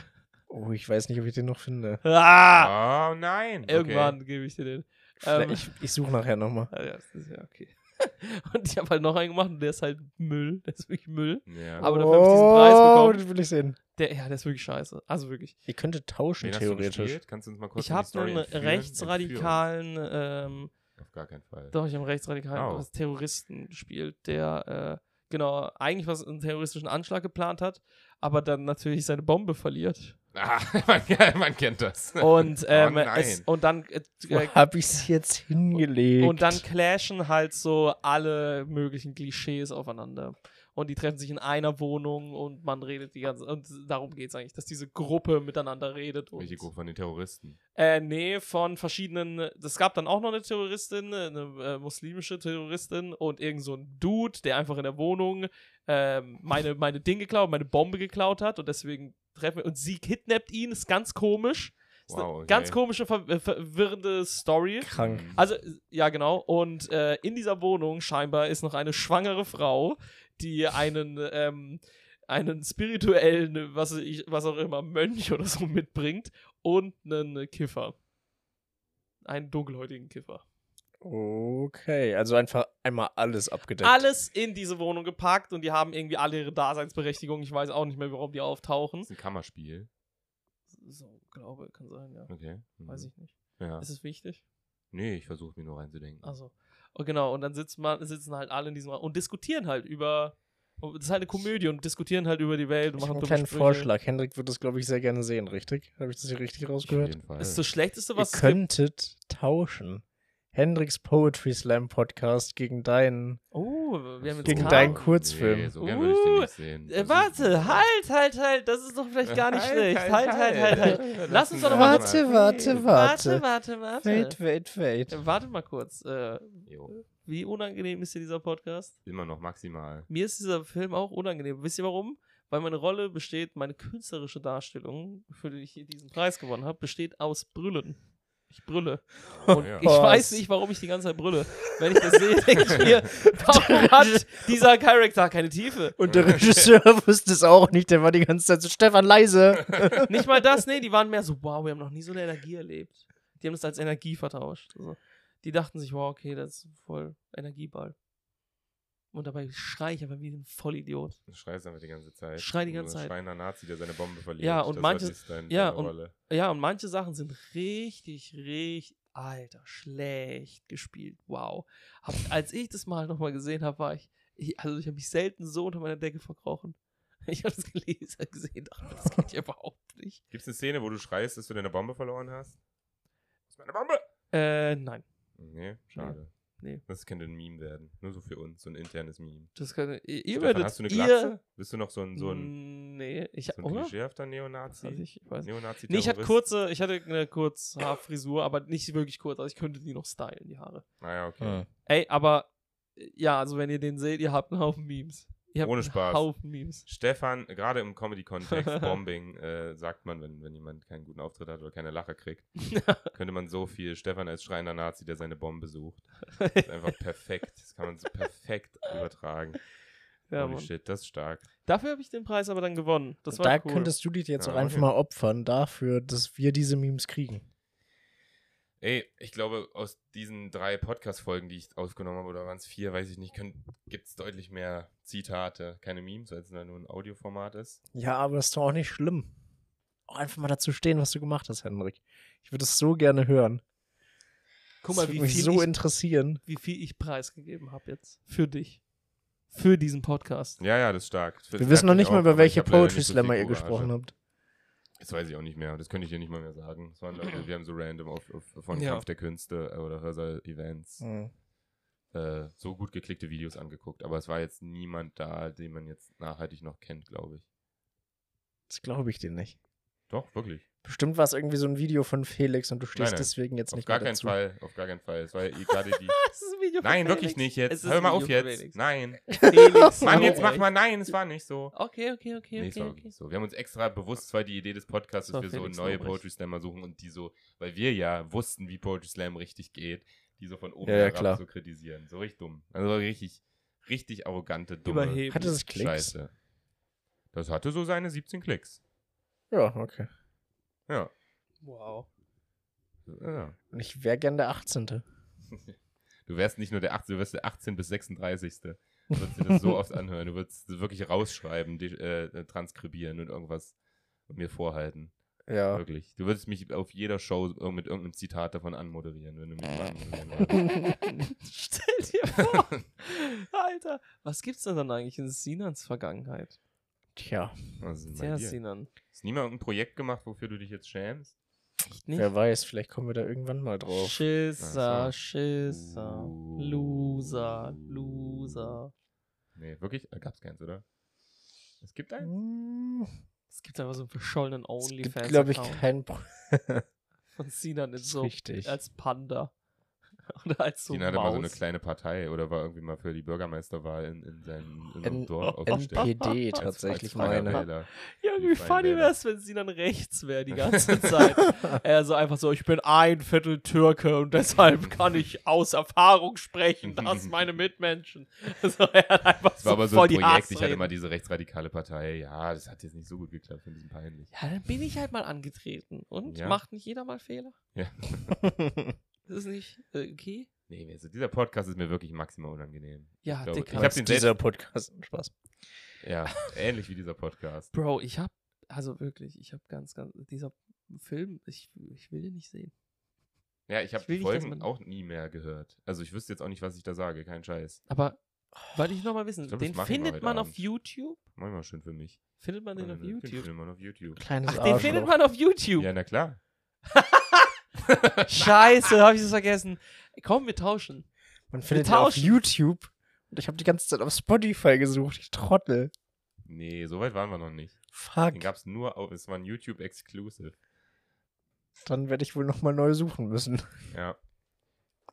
Speaker 1: Oh, ich weiß nicht, ob ich den noch finde.
Speaker 3: Ah!
Speaker 2: Oh, nein. Okay.
Speaker 3: Irgendwann gebe ich dir den.
Speaker 1: Vielleicht-
Speaker 3: Ähm.
Speaker 1: Ich, ich suche nachher nochmal.
Speaker 3: Ah, Ja, das ist ja okay. Und ich habe halt noch einen gemacht und der ist halt Müll. Der ist wirklich Müll.
Speaker 2: Ja.
Speaker 3: Aber dafür hab ich diesen Preis bekommen.
Speaker 1: Oh, den will ich sehen.
Speaker 3: Der, ja, der ist wirklich scheiße. Also wirklich. Ich,
Speaker 1: Ihr könntet tauschen,
Speaker 2: Wen hast du
Speaker 1: theoretisch.
Speaker 2: gespielt? Kannst du uns mal kurz in die
Speaker 3: habe
Speaker 2: Story
Speaker 3: einen
Speaker 2: entführen?
Speaker 3: rechtsradikalen, ähm,
Speaker 2: Entführen? Auf gar keinen Fall.
Speaker 3: doch, ich habe einen rechtsradikalen
Speaker 2: Oh.
Speaker 3: was Terroristen gespielt, der, äh, genau, eigentlich was einen terroristischen Anschlag geplant hat, aber dann natürlich seine Bombe verliert.
Speaker 2: Ah, man, man kennt das. Oh,
Speaker 3: Und, ähm,
Speaker 2: nein. Oh,
Speaker 3: es, und dann äh,
Speaker 1: Wo
Speaker 3: äh,
Speaker 1: hab ich's jetzt hingelegt?
Speaker 3: Und dann clashen halt so alle möglichen Klischees aufeinander. Und die treffen sich in einer Wohnung und man redet die ganze Und darum geht es eigentlich, dass diese Gruppe miteinander redet. Und,
Speaker 2: Welche Gruppe von den Terroristen?
Speaker 3: Äh, nee, von verschiedenen. Es gab dann auch noch eine Terroristin, eine äh, muslimische Terroristin und irgend so ein Dude, der einfach in der Wohnung ähm, meine, meine Ding geklaut, meine Bombe geklaut hat und deswegen treffen wir. Und sie kidnappt ihn, ist ganz komisch. Ist
Speaker 2: Wow,
Speaker 3: eine
Speaker 2: okay.
Speaker 3: ganz komische, ver äh, verwirrende Story.
Speaker 1: Krank.
Speaker 2: Mhm.
Speaker 3: Also, ja, genau. Und äh, in dieser Wohnung scheinbar ist noch eine schwangere Frau, die einen, ähm, einen spirituellen, was, ich, was auch immer, Mönch oder so mitbringt und einen Kiffer. Einen dunkelhäutigen Kiffer.
Speaker 1: Okay, also einfach einmal alles abgedeckt.
Speaker 3: Alles in diese Wohnung gepackt und die haben irgendwie alle ihre Daseinsberechtigung. Ich weiß auch nicht mehr, warum die auftauchen.
Speaker 2: Das ist ein Kammerspiel.
Speaker 3: So, glaube, kann sein, ja.
Speaker 2: Okay. Mhm.
Speaker 3: Weiß ich nicht.
Speaker 2: Ja.
Speaker 3: Ist es wichtig?
Speaker 2: Nee, ich versuche mir nur reinzudenken.
Speaker 3: Also, oh, genau, und dann sitzt man, sitzen halt alle in diesem Raum und diskutieren halt über. Das ist halt eine Komödie und diskutieren halt über die Welt und
Speaker 1: ich hab
Speaker 3: machen
Speaker 1: einen
Speaker 3: dumme
Speaker 1: kleinen
Speaker 3: Sprüche.
Speaker 1: Vorschlag. Hendrik wird das, glaube ich, sehr gerne sehen, richtig? Habe ich das hier richtig
Speaker 2: Auf
Speaker 1: rausgehört?
Speaker 2: jeden Fall.
Speaker 3: Das ist das Schlechteste,
Speaker 1: Ihr
Speaker 3: was es gibt.
Speaker 1: könntet tauschen. Hendricks Poetry Slam Podcast gegen deinen.
Speaker 3: Oh, wir haben
Speaker 2: Ach
Speaker 3: jetzt
Speaker 1: Gegen
Speaker 3: Karten.
Speaker 1: deinen Kurzfilm.
Speaker 2: Nee, so gern würde ich den nicht sehen.
Speaker 3: Äh, warte, halt, halt, halt, das ist doch vielleicht gar nicht schlecht. Halt, halt, halt, halt. Lass uns doch noch mal-
Speaker 1: Warte, warte,
Speaker 3: Warte,
Speaker 1: warte.
Speaker 3: warte, warte.
Speaker 1: Wait, wait, wait.
Speaker 3: Äh, Warte mal kurz. Äh,
Speaker 2: Jo,
Speaker 3: wie unangenehm ist dir dieser Podcast?
Speaker 2: immer noch maximal.
Speaker 3: Mir ist dieser Film auch unangenehm. Wisst ihr warum? Weil meine Rolle besteht, meine künstlerische Darstellung, für die ich hier diesen Preis gewonnen habe, besteht aus Brüllen. Ich brülle. Und
Speaker 2: Ja.
Speaker 3: ich weiß nicht, warum ich die ganze Zeit brülle. Wenn ich das sehe, denke ich mir, warum hat dieser Charakter keine Tiefe?
Speaker 1: Und der Regisseur wusste es auch nicht, der war die ganze Zeit so, Stefan, leise.
Speaker 3: Nicht mal das, nee, die waren mehr so, wow, wir haben noch nie so eine Energie erlebt. Die haben das als Energie vertauscht. Also, Die dachten sich, wow, okay, das ist voll Energieball. Und dabei schrei ich einfach wie ein Vollidiot.
Speaker 2: Du schreist einfach die ganze Zeit.
Speaker 3: Schrei die
Speaker 2: Du
Speaker 3: ganze Zeit.
Speaker 2: Schreiender Nazi, der seine Bombe verliert.
Speaker 3: Ja, und
Speaker 2: das
Speaker 3: manches-
Speaker 2: War dies dein,
Speaker 3: ja,
Speaker 2: deine
Speaker 3: und-
Speaker 2: Rolle.
Speaker 3: Ja, und manche Sachen sind richtig, richtig, alter, schlecht gespielt. Wow. Hab, als ich das mal nochmal gesehen habe, war ich, ich also ich habe mich selten so unter meiner Decke verkrochen. Ich habe das gelesen, gesehen, dachte, das geht ja überhaupt nicht.
Speaker 2: Gibt es eine Szene, wo du schreist, dass du deine Bombe verloren hast? Das ist meine Bombe!
Speaker 3: Äh, nein.
Speaker 2: Nee, schade.
Speaker 3: Nee.
Speaker 2: Das könnte ein Meme werden. Nur so für uns, so ein internes Meme.
Speaker 3: Das kann, ihr ihr
Speaker 2: Stefan,
Speaker 3: werdet.
Speaker 2: hast du eine
Speaker 3: ihr-
Speaker 2: Glatze? Bist du noch so ein, so ein,
Speaker 3: Nee, ich
Speaker 2: so
Speaker 3: habe.
Speaker 2: ein
Speaker 3: oder?
Speaker 2: klischeehafter
Speaker 3: Was weiß
Speaker 2: Neonazi?
Speaker 3: ich, ich weiß.
Speaker 2: Neonazi
Speaker 3: Nee, ich hatte kurze, ich hatte eine Kurzhaarfrisur, aber nicht wirklich kurz. Also ich könnte die noch stylen, die Haare.
Speaker 2: Naja, Ah okay.
Speaker 4: Hm.
Speaker 3: Ey, aber äh, ja, also wenn ihr den seht, ihr habt einen Haufen Memes. Ihr habt
Speaker 2: Ohne
Speaker 3: einen
Speaker 2: Spaß.
Speaker 3: Haufen Memes.
Speaker 2: Stefan, gerade im Comedy-Kontext, Bombing, äh, sagt man, wenn, wenn jemand keinen guten Auftritt hat oder keine Lache kriegt, könnte man so viel Stefan als schreiender Nazi, der seine Bombe sucht. Das ist einfach perfekt. Das kann man so perfekt übertragen.
Speaker 3: ja,
Speaker 2: Holy
Speaker 3: Mann.
Speaker 2: shit, das ist stark.
Speaker 3: Dafür habe ich den Preis aber dann gewonnen. Das war
Speaker 1: da
Speaker 3: cool.
Speaker 1: könntest du dich jetzt
Speaker 2: Ja,
Speaker 1: auch einfach
Speaker 2: okay.
Speaker 1: mal opfern dafür, dass wir diese Memes kriegen.
Speaker 2: Ey, ich glaube, aus diesen drei Podcast-Folgen, die ich aufgenommen habe, oder waren es vier, weiß ich nicht, gibt es deutlich mehr Zitate, keine Memes, weil es nur ein Audioformat ist.
Speaker 1: Ja, aber das ist doch auch nicht schlimm. Auch einfach mal dazu stehen, was du gemacht hast, Henrik. Ich würde es so gerne hören.
Speaker 3: Guck mal,
Speaker 1: das
Speaker 3: wie
Speaker 1: würde mich
Speaker 3: viel,
Speaker 1: so
Speaker 3: ich,
Speaker 1: interessieren.
Speaker 3: wie viel ich preisgegeben habe jetzt. Für dich. Für diesen Podcast.
Speaker 2: Ja, ja, das ist stark. Das
Speaker 1: Wir
Speaker 2: merkt
Speaker 1: wissen noch
Speaker 2: man
Speaker 1: nicht
Speaker 2: auch,
Speaker 1: mal, über
Speaker 2: aber ich
Speaker 1: welche
Speaker 2: hab leider
Speaker 1: Poetry
Speaker 2: nicht so
Speaker 1: Slammer
Speaker 2: viel
Speaker 1: ihr
Speaker 2: Courage.
Speaker 1: gesprochen habt.
Speaker 2: Das weiß ich auch nicht mehr. Das könnte ich dir nicht mal mehr sagen. Das waren Leute, wir haben so random auf, auf, von
Speaker 3: Ja.
Speaker 2: Kampf der Künste äh, oder Hörsaal-Events
Speaker 1: Hm.
Speaker 2: äh, so gut geklickte Videos angeguckt. Aber es war jetzt niemand da, den man jetzt nachhaltig noch kennt, glaube ich.
Speaker 1: Das glaube ich dir nicht.
Speaker 2: Doch, wirklich.
Speaker 1: Bestimmt war es irgendwie so ein Video von Felix und du stehst
Speaker 2: nein.
Speaker 1: deswegen jetzt
Speaker 2: Auf
Speaker 1: nicht
Speaker 2: gar
Speaker 1: mehr
Speaker 2: keinen
Speaker 1: dazu.
Speaker 2: Fall. Auf gar keinen Fall. Es war ja eh gerade die.
Speaker 3: Es ist ein Video von
Speaker 2: Nein, wirklich
Speaker 3: Felix.
Speaker 2: nicht
Speaker 3: Es
Speaker 2: jetzt.
Speaker 3: ist
Speaker 2: Hör
Speaker 3: ein
Speaker 2: mal
Speaker 3: Video
Speaker 2: auf
Speaker 3: von
Speaker 2: jetzt.
Speaker 3: Felix.
Speaker 2: Nein.
Speaker 3: Felix,
Speaker 2: Mann,
Speaker 3: hau
Speaker 2: jetzt mach
Speaker 3: rein.
Speaker 2: mal nein. Es war nicht so.
Speaker 3: Okay, okay, okay,
Speaker 2: Nee, es
Speaker 3: okay.
Speaker 2: war
Speaker 3: okay.
Speaker 2: wirklich so. Wir haben uns extra bewusst, es war die Idee des Podcasts,
Speaker 3: Das war
Speaker 2: dass wir
Speaker 3: Felix
Speaker 2: so neue
Speaker 3: Lobrecht.
Speaker 2: Poetry Slammer suchen und die so, weil wir ja wussten, wie Poetry Slam richtig geht, die so von oben
Speaker 1: Ja, ja,
Speaker 2: herab
Speaker 1: klar.
Speaker 2: so kritisieren. So richtig dumm. Also richtig, richtig arrogante, dumme
Speaker 3: Überheblich.
Speaker 1: Hatte das Klicks?
Speaker 2: Scheiße. Das hatte so seine 17 Klicks.
Speaker 1: Ja, okay.
Speaker 2: Ja.
Speaker 3: Wow.
Speaker 2: ja.
Speaker 1: Und ich wäre gern der 18.
Speaker 2: Du wärst nicht nur der 18, du wärst der 18 bis 36. Du würdest dir das so oft anhören. Du würdest es wirklich rausschreiben, die, äh, transkribieren und irgendwas mir vorhalten.
Speaker 1: Ja.
Speaker 2: Wirklich. Du würdest mich auf jeder Show irg- mit irgendeinem Zitat davon anmoderieren, wenn du
Speaker 1: Äh.
Speaker 2: mich mal anmoderieren
Speaker 3: Stell dir vor. Alter. Was gibt's denn dann eigentlich in Sinans Vergangenheit?
Speaker 1: Tja,
Speaker 2: würdest. Was ist denn
Speaker 3: Der
Speaker 2: bei dir?
Speaker 3: Sinan.
Speaker 2: Ist nie mal irgendein Projekt gemacht, wofür du dich jetzt schämst?
Speaker 3: Echt nicht?
Speaker 1: wer weiß, vielleicht kommen wir da irgendwann mal drauf.
Speaker 3: Schisser,
Speaker 2: Ach so.
Speaker 3: Schisser, Loser, Loser.
Speaker 2: Nee, wirklich? Äh, Gab's keins, oder? Es gibt einen.
Speaker 1: Hm,
Speaker 3: Es gibt einfach so einen verschollenen
Speaker 1: Es gibt,
Speaker 3: Onlyfans.
Speaker 1: glaube ich, keinen Pro
Speaker 3: Von Sinan in
Speaker 1: Das ist
Speaker 3: so
Speaker 1: richtig.
Speaker 3: als Panda. Oder als so
Speaker 2: Die hatte mal so eine
Speaker 3: Maus.
Speaker 2: kleine Partei oder war irgendwie mal für die Bürgermeisterwahl in, in seinem in seinem
Speaker 1: N
Speaker 2: Dorf aufgestellt.
Speaker 1: NPD
Speaker 3: Als-
Speaker 2: Als- als
Speaker 1: tatsächlich
Speaker 2: freier
Speaker 1: meine.
Speaker 2: Wähler.
Speaker 3: ja,
Speaker 2: die
Speaker 3: wie
Speaker 2: freien
Speaker 3: funny
Speaker 2: Wähler.
Speaker 3: wär's, wenn Sinan rechts wäre die ganze Zeit. er so einfach so, ich bin ein Viertel Türke und deshalb kann ich aus Erfahrung sprechen, dass meine Mitmenschen. Also er hat einfach
Speaker 2: Das
Speaker 3: so
Speaker 2: war aber so
Speaker 3: voll
Speaker 2: ein
Speaker 3: die
Speaker 2: Projekt, ich hatte
Speaker 3: Hassreden.
Speaker 2: mal diese rechtsradikale Partei. Ja, das hat jetzt nicht so gut geklappt, finde ich ein bisschen peinlich.
Speaker 3: Ja, dann bin ich halt mal angetreten. Und
Speaker 2: Ja.
Speaker 3: macht nicht jeder mal Fehler?
Speaker 2: Ja.
Speaker 3: Das ist nicht äh, okay.
Speaker 2: Nee, also dieser Podcast ist mir wirklich maximal unangenehm.
Speaker 3: Ja,
Speaker 2: glaube, ich
Speaker 3: Dicker.
Speaker 2: hab den selbst-
Speaker 1: dieser Podcast. Spaß.
Speaker 2: Ja, ähnlich wie dieser Podcast.
Speaker 3: Bro, ich hab, also wirklich, ich hab ganz, ganz, dieser Film, ich, ich will den nicht sehen.
Speaker 2: Ja, ich habe
Speaker 3: Ich will
Speaker 2: die
Speaker 3: nicht, dass
Speaker 2: Folgen
Speaker 3: man-
Speaker 2: auch nie mehr gehört. Also ich wüsste jetzt auch nicht, was ich da sage, kein Scheiß.
Speaker 3: Aber, wollte ich nochmal wissen,
Speaker 2: Ich glaub, das
Speaker 3: den
Speaker 2: machen wir
Speaker 3: findet
Speaker 2: heute
Speaker 3: man auf
Speaker 2: Abend.
Speaker 3: YouTube?
Speaker 2: Mach ich mal schön für mich.
Speaker 3: Findet man den auf
Speaker 2: Den
Speaker 3: YouTube?
Speaker 2: findet man auf YouTube.
Speaker 1: Kleines
Speaker 3: Ach, den findet man auf YouTube.
Speaker 2: Ja, na klar.
Speaker 3: Scheiße, hab ich das vergessen. Komm, wir tauschen.
Speaker 1: Man findet
Speaker 3: Wir
Speaker 1: ihn auf
Speaker 3: tauschen.
Speaker 1: YouTube. Und ich habe die ganze Zeit auf Spotify gesucht. Ich Trottel.
Speaker 2: Nee, so weit waren wir noch nicht.
Speaker 1: Fuck.
Speaker 2: Den gab's nur auf, es war ein YouTube-Exclusive.
Speaker 1: Dann werde ich wohl nochmal neu suchen müssen.
Speaker 2: Ja,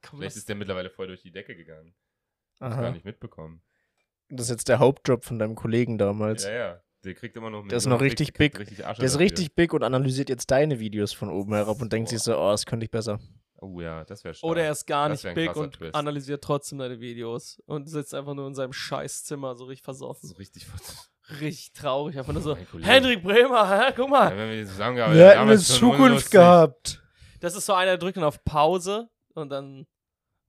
Speaker 3: Komm,
Speaker 2: vielleicht
Speaker 3: lass,
Speaker 2: ist der mittlerweile voll durch die Decke gegangen. Hab's gar
Speaker 1: Aha.
Speaker 2: nicht mitbekommen.
Speaker 1: Das ist jetzt der Hauptjob von deinem Kollegen damals.
Speaker 2: Ja, ja, der kriegt immer noch mit.
Speaker 1: Der ist noch richtig big.
Speaker 2: Richtig Asche
Speaker 1: Der ist
Speaker 2: dafür.
Speaker 1: richtig big und analysiert jetzt deine Videos von oben herab und denkt
Speaker 2: Boah.
Speaker 1: sich so, oh, das könnte ich besser.
Speaker 2: Oh ja, das wäre stark.
Speaker 3: oder er ist gar
Speaker 2: Das
Speaker 3: nicht
Speaker 2: wär ein
Speaker 3: big
Speaker 2: krasser
Speaker 3: und
Speaker 2: Twist.
Speaker 3: analysiert trotzdem deine Videos und sitzt einfach nur in seinem Scheißzimmer so richtig versoffen.
Speaker 2: so richtig
Speaker 3: richtig traurig. Einfach nur so,
Speaker 2: Mein Kollege.
Speaker 3: Hendrik Bremer, hä? guck
Speaker 2: Ja,
Speaker 3: mal.
Speaker 2: wenn wir
Speaker 1: Wir
Speaker 2: zusammengearbeitet
Speaker 1: hätten
Speaker 2: damals
Speaker 1: jetzt
Speaker 2: schon
Speaker 1: Zukunft
Speaker 2: unlustig.
Speaker 1: gehabt.
Speaker 3: Das ist so einer, der drückt dann auf Pause und dann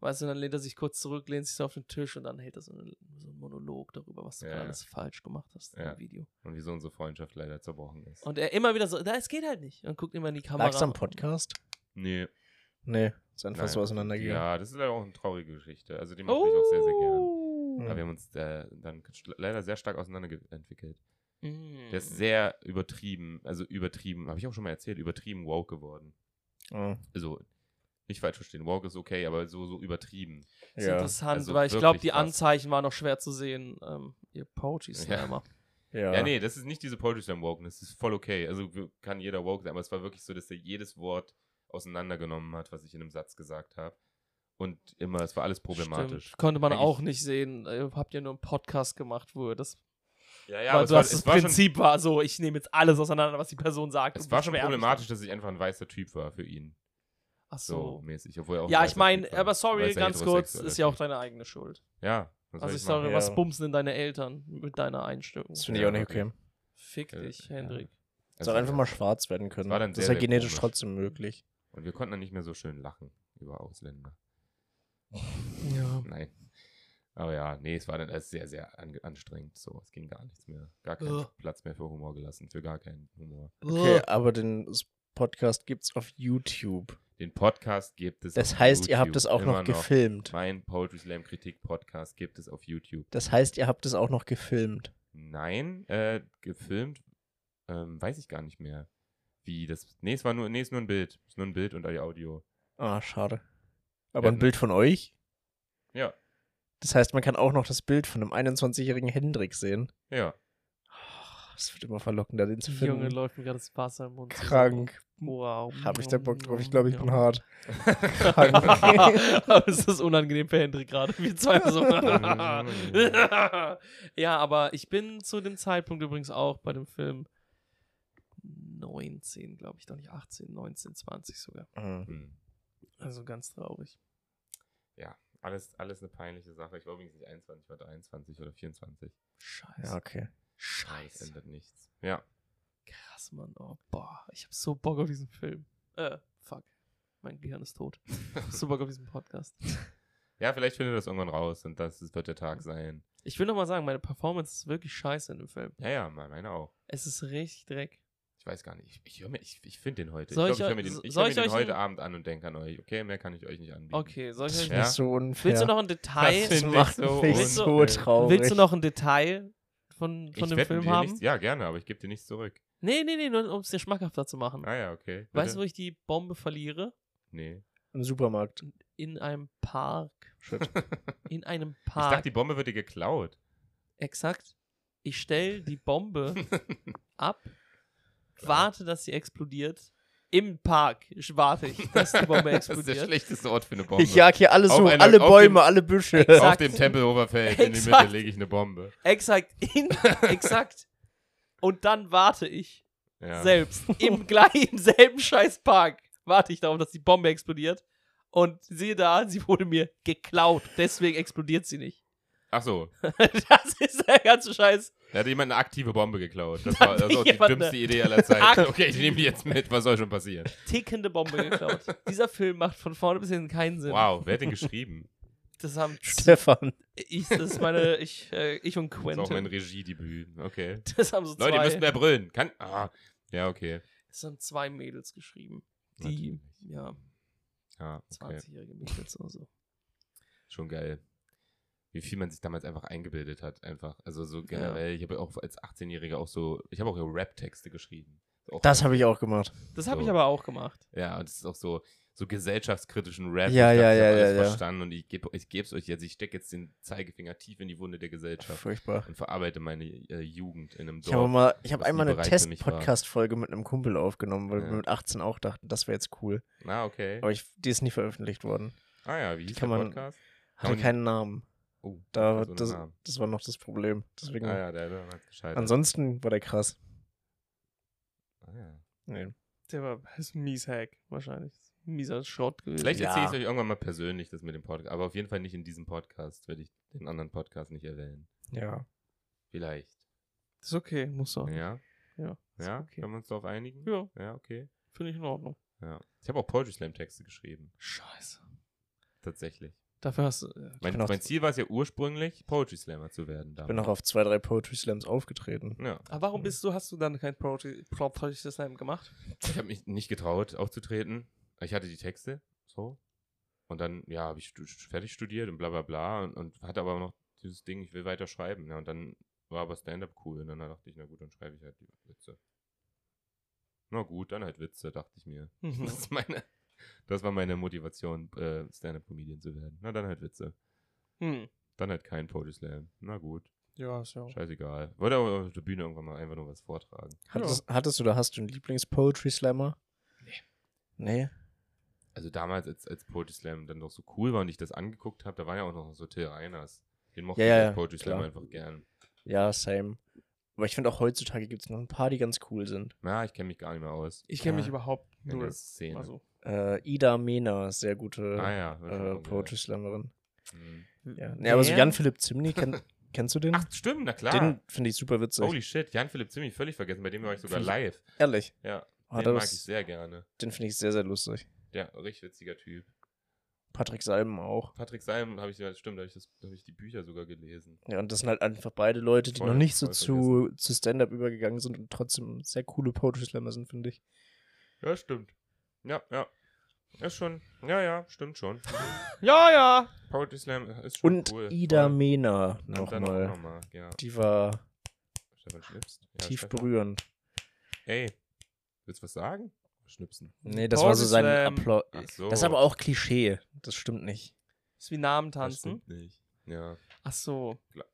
Speaker 3: Weißt du, dann lehnt er sich kurz zurück, lehnt sich so auf den Tisch und dann hält er so einen, so einen Monolog darüber, was du
Speaker 2: Ja,
Speaker 3: gerade
Speaker 2: ja.
Speaker 3: alles falsch gemacht hast
Speaker 2: Ja.
Speaker 3: im Video.
Speaker 2: Und wieso unsere Freundschaft leider zerbrochen ist.
Speaker 3: Und er immer wieder so, na, es geht halt nicht. Und guckt immer in die Kamera.
Speaker 1: Lag's am Podcast?
Speaker 2: nee.
Speaker 1: Nee, ist einfach
Speaker 2: Nein.
Speaker 1: so auseinandergegangen.
Speaker 2: Ja, das ist leider auch eine traurige Geschichte. Also die mache
Speaker 3: Oh.
Speaker 2: ich auch sehr, sehr gern. Aber wir
Speaker 1: Mhm.
Speaker 2: haben uns äh, dann sch- leider sehr stark auseinanderentwickelt.
Speaker 3: Mhm.
Speaker 2: Der ist sehr übertrieben, also übertrieben, habe ich auch schon mal erzählt, übertrieben woke geworden.
Speaker 1: Ja.
Speaker 2: Also, nicht falsch verstehen, woke ist okay, aber so, so übertrieben.
Speaker 3: Das ist
Speaker 1: Ja.
Speaker 3: interessant,
Speaker 2: Also
Speaker 3: weil ich glaube,
Speaker 2: wirklich
Speaker 3: die
Speaker 2: krass.
Speaker 3: Anzeichen waren noch schwer zu sehen. Ähm, ihr Poetry Slammer.
Speaker 1: Ja.
Speaker 2: Ja, nee, das ist nicht diese Poetry Slam Woken, das ist voll okay. Also wir- kann jeder woke sein, aber es war wirklich so, dass er jedes Wort auseinandergenommen hat, was ich in einem Satz gesagt habe. Und immer, es war alles problematisch.
Speaker 3: Stimmt. Konnte man
Speaker 2: Eigentlich-
Speaker 3: auch nicht sehen. Äh, Habt ihr nur einen Podcast gemacht, wo ihr das.
Speaker 2: Ja,
Speaker 3: Ja,
Speaker 2: ja,
Speaker 3: aber
Speaker 2: aber es
Speaker 3: du
Speaker 2: war,
Speaker 3: hast das
Speaker 2: es war schon,
Speaker 3: Prinzip war so, ich nehme jetzt alles auseinander, was die Person sagt.
Speaker 2: es
Speaker 3: und
Speaker 2: war schon
Speaker 3: beschwer mich
Speaker 2: problematisch, dass ich einfach ein weißer Typ war für ihn.
Speaker 3: dann. Ach
Speaker 2: So,
Speaker 3: so.
Speaker 2: mäßig. Obwohl er auch ein
Speaker 3: Ja,
Speaker 2: weißer
Speaker 3: ich meine,
Speaker 2: Typ war.
Speaker 3: aber sorry,
Speaker 2: Weißer
Speaker 3: ganz kurz,
Speaker 2: heterosexueller
Speaker 3: ist ja auch
Speaker 2: Typ.
Speaker 3: deine eigene Schuld.
Speaker 2: Ja, was
Speaker 3: Also,
Speaker 2: soll
Speaker 3: ich sorry,
Speaker 1: machen?
Speaker 3: was
Speaker 1: Ja.
Speaker 3: bumsen denn deine Eltern mit deiner Einstellung?
Speaker 1: Das finde ich
Speaker 2: Ja,
Speaker 1: auch nicht okay.
Speaker 2: wirklich.
Speaker 3: Fick
Speaker 2: Äh,
Speaker 3: dich,
Speaker 2: ja.
Speaker 3: Hendrik.
Speaker 2: Also,
Speaker 1: Soll einfach mal schwarz werden können.
Speaker 2: war dann
Speaker 1: das ist
Speaker 2: sehr,
Speaker 1: ja
Speaker 2: sehr
Speaker 1: genetisch
Speaker 2: komisch.
Speaker 1: trotzdem möglich.
Speaker 2: Und wir konnten dann nicht mehr so schön lachen über Ausländer.
Speaker 3: Ja.
Speaker 2: Nein. Aber ja, nee, es war dann alles sehr, sehr ange- anstrengend. So, es ging gar nichts mehr. Gar keinen
Speaker 3: Ugh.
Speaker 2: Platz mehr für Humor gelassen. Für gar keinen Humor.
Speaker 1: Okay, aber den s- Podcast gibt's auf YouTube.
Speaker 2: Den Podcast gibt es.
Speaker 1: Das
Speaker 2: auf
Speaker 1: heißt, ihr
Speaker 2: YouTube
Speaker 1: habt es auch
Speaker 2: immer
Speaker 1: noch gefilmt.
Speaker 2: Mein Poetry Slam Kritik Podcast gibt es auf YouTube.
Speaker 1: Das heißt, ihr habt es auch noch gefilmt.
Speaker 2: Nein, äh, gefilmt, ähm, weiß ich gar nicht mehr. Wie das. Nee, es war nur, nee, es ist nur ein Bild. Es ist nur ein Bild und die Audio.
Speaker 1: Ah, schade. Aber
Speaker 2: Ja,
Speaker 1: ein
Speaker 2: ne.
Speaker 1: Bild von euch?
Speaker 2: Ja,
Speaker 1: Das heißt, man kann auch noch das Bild von einem 21-jährigen Hendrik sehen.
Speaker 2: ja.
Speaker 1: Es wird immer verlockender, den zu
Speaker 3: Die Junge
Speaker 1: finden.
Speaker 3: läuft mir gerade das Wasser im Mund.
Speaker 1: Krank.
Speaker 3: zusammen. Wow.
Speaker 1: Hab ich da Bock drauf? Ich glaube, ich bin
Speaker 3: Ja.
Speaker 1: hart. Krank.
Speaker 3: aber es ist unangenehm für Hendrik gerade. Wir zwei so. ja, aber ich bin zu dem Zeitpunkt übrigens auch bei dem Film 19, glaube ich, doch nicht 18, 19, 20 sogar.
Speaker 1: Mhm.
Speaker 2: Hm.
Speaker 3: Also ganz traurig.
Speaker 2: Alles, alles eine peinliche Sache. Ich war übrigens nicht 21, ich war 23 oder 24.
Speaker 1: ja,
Speaker 3: Scheiße.
Speaker 1: okay.
Speaker 2: Das
Speaker 3: Scheiße.
Speaker 2: ändert nichts. Ja.
Speaker 3: Ähm, Krass, Mann. Oh, boah. Ich habe so Bock auf diesen Film. Äh, fuck. Mein Gehirn ist tot. Ich hab so Bock auf diesen Podcast.
Speaker 2: Ja, vielleicht findet ihr das irgendwann raus und das ist- wird der
Speaker 3: Hm.
Speaker 2: Tag sein.
Speaker 3: Ich will noch mal sagen, meine Performance ist wirklich scheiße in dem Film.
Speaker 2: Ja, ja, me- meine auch.
Speaker 3: Es ist richtig Dreck.
Speaker 2: Ich weiß gar nicht. Ich, ich, hör mir- ich, ich finde den heute.
Speaker 3: Soll
Speaker 2: ich
Speaker 3: ich
Speaker 2: glaube, ich höre mir
Speaker 3: eu-
Speaker 2: den, ich
Speaker 3: soll
Speaker 2: hör mir
Speaker 3: ich
Speaker 2: den
Speaker 3: euch
Speaker 2: heute
Speaker 3: einen-
Speaker 2: Abend an und denke an euch. Okay, mehr kann ich euch nicht anbieten.
Speaker 3: Okay, soll ich
Speaker 1: Das
Speaker 3: euch
Speaker 1: ist
Speaker 2: Ja.
Speaker 1: so unfair.
Speaker 3: Willst du noch ein Detail?
Speaker 2: Das
Speaker 1: das
Speaker 2: find
Speaker 1: macht
Speaker 2: ich so
Speaker 1: mich
Speaker 3: unfair.
Speaker 1: so traurig.
Speaker 3: Willst du noch ein Detail von, von
Speaker 2: ich
Speaker 3: dem
Speaker 2: wette
Speaker 3: Film
Speaker 2: dir
Speaker 3: haben?
Speaker 2: Nichts, ja, gerne, aber ich gebe dir nichts zurück.
Speaker 3: Nee, nee, nee, nur um es dir schmackhafter zu machen.
Speaker 2: Ah ja, okay.
Speaker 3: weißt du, wo
Speaker 2: Bitte?
Speaker 3: ich die Bombe verliere?
Speaker 2: Nee.
Speaker 1: Im Supermarkt.
Speaker 3: In einem Park.
Speaker 1: Shit.
Speaker 3: In einem
Speaker 2: Ich dachte,
Speaker 3: Park.
Speaker 2: die Bombe wird dir geklaut.
Speaker 3: Exakt. Ich stelle die Bombe ab, warte, dass sie explodiert. Im Park ich- warte ich, dass die Bombe
Speaker 2: das ist der
Speaker 3: explodiert.
Speaker 2: schlechteste Ort für eine Bombe.
Speaker 1: Ich jag hier alles
Speaker 2: Auf
Speaker 1: hoch,
Speaker 2: einer-
Speaker 1: alle
Speaker 2: auf
Speaker 1: Bäume,
Speaker 2: dem-
Speaker 1: alle Büsche.
Speaker 3: Exakt.
Speaker 2: Auf dem Tempelhofer Feld in die
Speaker 3: Exakt.
Speaker 2: Mitte lege ich eine Bombe.
Speaker 3: exakt. In, exakt. Und dann warte ich
Speaker 2: Ja.
Speaker 3: selbst im gleichen, im selben scheiß Park. Warte ich darauf, dass die Bombe explodiert. Und siehe da, sie wurde mir geklaut. Deswegen explodiert sie nicht.
Speaker 2: Ach so.
Speaker 3: Das ist der ganze Scheiß.
Speaker 2: Da hat jemand eine aktive Bombe geklaut. Das
Speaker 3: Da
Speaker 2: war
Speaker 3: hat
Speaker 2: also die
Speaker 3: jemand
Speaker 2: dümmste
Speaker 3: eine
Speaker 2: Idee aller Zeiten.
Speaker 3: aktive-
Speaker 2: Okay, ich nehme die jetzt mit. Was soll schon passieren?
Speaker 3: Tickende Bombe geklaut. Dieser Film macht von vorne bis hinten keinen Sinn.
Speaker 2: Wow, wer hat den geschrieben?
Speaker 3: Das haben
Speaker 1: Stefan.
Speaker 3: ich, das ist meine, ich, äh, ich und
Speaker 2: Das ist auch mein
Speaker 3: Quentin.
Speaker 2: Regiedebüt. Okay.
Speaker 3: Das haben so zwei,
Speaker 2: Leute, ihr müsst mehr brüllen. Kann. Ah. Ja, okay.
Speaker 3: das haben zwei Mädels geschrieben. Die, ja,
Speaker 2: Ja, Ah, okay.
Speaker 3: 20-jährige Mädels oder so.
Speaker 2: Schon geil. Wie viel man sich damals einfach eingebildet hat, einfach. Also so generell, ich habe ja auch als 18-Jähriger auch so, ich habe auch ja Rap-Texte geschrieben. Auch-
Speaker 1: Das habe ich auch gemacht.
Speaker 3: Das habe
Speaker 2: So.
Speaker 3: ich aber auch gemacht.
Speaker 2: Ja, und es ist auch so, so gesellschaftskritischen Rap.
Speaker 1: Ja,
Speaker 2: ich
Speaker 1: ja,
Speaker 2: ich
Speaker 1: ja,
Speaker 2: hab alles
Speaker 1: ja, ja.
Speaker 2: verstanden und ich gebe ich geb's euch jetzt. Ich stecke jetzt den Zeigefinger tief in die Wunde der Gesellschaft
Speaker 1: Furchtbar.
Speaker 2: und verarbeite meine äh, Jugend in einem
Speaker 1: Ich habe
Speaker 2: Dorf.
Speaker 1: mal, ich habe
Speaker 2: was nie
Speaker 1: einmal eine
Speaker 2: bereit für mich war.
Speaker 1: Test-Podcast-Folge mit einem Kumpel aufgenommen, weil
Speaker 2: Ja.
Speaker 1: wir mit 18 auch dachten, das wäre jetzt cool.
Speaker 2: Ah, okay.
Speaker 1: Aber ich, die ist nie veröffentlicht worden.
Speaker 2: Ah ja, wie hieß
Speaker 1: kann
Speaker 2: der
Speaker 1: man-
Speaker 2: Podcast?
Speaker 1: Hatte
Speaker 2: Und-
Speaker 1: keinen Namen.
Speaker 2: Oh,
Speaker 1: Da,
Speaker 2: also
Speaker 1: das,
Speaker 2: Namen.
Speaker 1: das war noch das Problem. Deswegen.
Speaker 2: Ah ja, der, der hat gescheitert.
Speaker 1: Ansonsten war der krass.
Speaker 2: Ah, ja.
Speaker 1: Nee.
Speaker 3: Der war ist ein mies Hack, wahrscheinlich. Mieser Schrott gewesen.
Speaker 2: Vielleicht
Speaker 1: Ja.
Speaker 2: erzähle ich euch irgendwann mal persönlich das mit dem Podcast, aber auf jeden Fall nicht in diesem Podcast, werde ich den anderen Podcast nicht erwähnen.
Speaker 1: Ja.
Speaker 2: Vielleicht.
Speaker 3: Ist okay, muss doch.
Speaker 2: Ja?
Speaker 3: Ja, ist
Speaker 2: Ja?
Speaker 3: okay.
Speaker 2: Können wir uns darauf einigen?
Speaker 3: Ja,
Speaker 2: Ja, okay.
Speaker 3: finde ich in Ordnung.
Speaker 2: Ja. Ich habe auch Poetry Slam Texte geschrieben,
Speaker 3: Scheiße.
Speaker 2: tatsächlich.
Speaker 3: Dafür hast du. äh,
Speaker 2: Mein,
Speaker 1: bin auch-
Speaker 2: mein Ziel war es ja ursprünglich, Poetry Slammer zu werden.
Speaker 1: Ich
Speaker 2: Damals.
Speaker 1: bin noch auf zwei, drei Poetry Slams aufgetreten.
Speaker 2: Ja.
Speaker 3: Aber warum bist du, hast du dann kein Poetry Poetry Slam gemacht?
Speaker 2: Ich habe mich nicht getraut, aufzutreten. Ich hatte die Texte, so. Und dann, ja, habe ich stu fertig studiert und bla bla bla. Und, und hatte aber noch dieses Ding, ich will weiter schreiben. Ja, und dann war aber Stand-up cool. Und dann dachte ich, na gut, dann schreibe ich halt die Witze. Na gut, dann halt Witze, dachte ich mir.
Speaker 1: Mhm.
Speaker 3: Mhm.
Speaker 2: Das, ist meine, das war meine Motivation, äh, Stand-up-Comedian zu werden. Na dann halt Witze.
Speaker 3: Hm.
Speaker 2: Dann halt kein Poetry Slam. Na gut,
Speaker 3: Ja, ist ja. auch-
Speaker 2: scheißegal. Wollte aber auf der Bühne irgendwann mal einfach nur was vortragen. Also
Speaker 1: Hattest, hattest oder hast du einen Lieblings-Poetry Slammer? Nee. Nee?
Speaker 2: also damals, als, als Poetry Slam dann doch so cool war und ich das angeguckt habe, da war ja auch noch so Till Reiners. Den mochte
Speaker 1: Ja,
Speaker 2: ich
Speaker 1: ja,
Speaker 2: als Poetry Slam
Speaker 1: klar.
Speaker 2: einfach gern.
Speaker 1: Ja, same. Aber ich finde auch heutzutage gibt es noch ein paar, die ganz cool sind.
Speaker 2: Na, ich kenne mich gar nicht mehr aus.
Speaker 3: Ich kenne mich
Speaker 1: Ja.
Speaker 3: überhaupt
Speaker 2: in
Speaker 3: nur.
Speaker 2: der Szene.
Speaker 3: Also,
Speaker 1: Äh, Ida Mena, sehr gute
Speaker 2: ah ja. wird schon
Speaker 1: äh,
Speaker 2: auch
Speaker 1: Poetry
Speaker 2: geil.
Speaker 1: Slammerin.
Speaker 2: Mhm.
Speaker 1: Ja. Nee, aber so
Speaker 3: Wer?
Speaker 1: Jan-Philipp Zimny, kenn, kennst du den?
Speaker 2: Ach, stimmt, na klar.
Speaker 1: den finde ich super witzig.
Speaker 2: Holy shit, Jan-Philipp Zimmi, völlig vergessen, bei dem war ich sogar live.
Speaker 1: Ehrlich.
Speaker 2: Ja,
Speaker 1: Ah,
Speaker 2: den mag
Speaker 1: das-
Speaker 2: ich sehr gerne.
Speaker 1: Den finde ich sehr, sehr lustig.
Speaker 2: Der richtig witziger Typ.
Speaker 1: Patrick Salben auch.
Speaker 2: Patrick Salm, habe ich, ja, stimmt, da habe ich, das- da hab ich die Bücher sogar gelesen.
Speaker 1: Ja, und das sind halt einfach beide Leute, die
Speaker 2: Voll,
Speaker 1: noch nicht so
Speaker 2: voll
Speaker 1: zu, zu Stand-Up übergegangen sind und trotzdem sehr coole Poetry Slammer sind, finde ich.
Speaker 2: Ja, stimmt. Ja, ja. Ist schon, ja, ja, stimmt schon.
Speaker 3: ja, ja.
Speaker 2: Poetry Slam ist schon
Speaker 1: Und
Speaker 2: cool.
Speaker 1: Ida
Speaker 2: voll.
Speaker 1: Mena
Speaker 2: Und dann auch
Speaker 1: nochmal.
Speaker 2: nochmal, ja.
Speaker 1: Die war
Speaker 2: Stefan Schnips? Ja,
Speaker 1: tief
Speaker 2: Stefan.
Speaker 1: berührend.
Speaker 2: Ey, willst du was sagen? Schnipsen.
Speaker 1: Nee, das war so sein
Speaker 3: Poetry Slam.
Speaker 1: Applaus.
Speaker 2: Ach so.
Speaker 1: Das ist aber auch Klischee. Das stimmt nicht.
Speaker 3: Ist wie Namen
Speaker 2: Das
Speaker 3: tanzen.
Speaker 2: stimmt nicht. Ja.
Speaker 3: Ach so.
Speaker 2: Klar.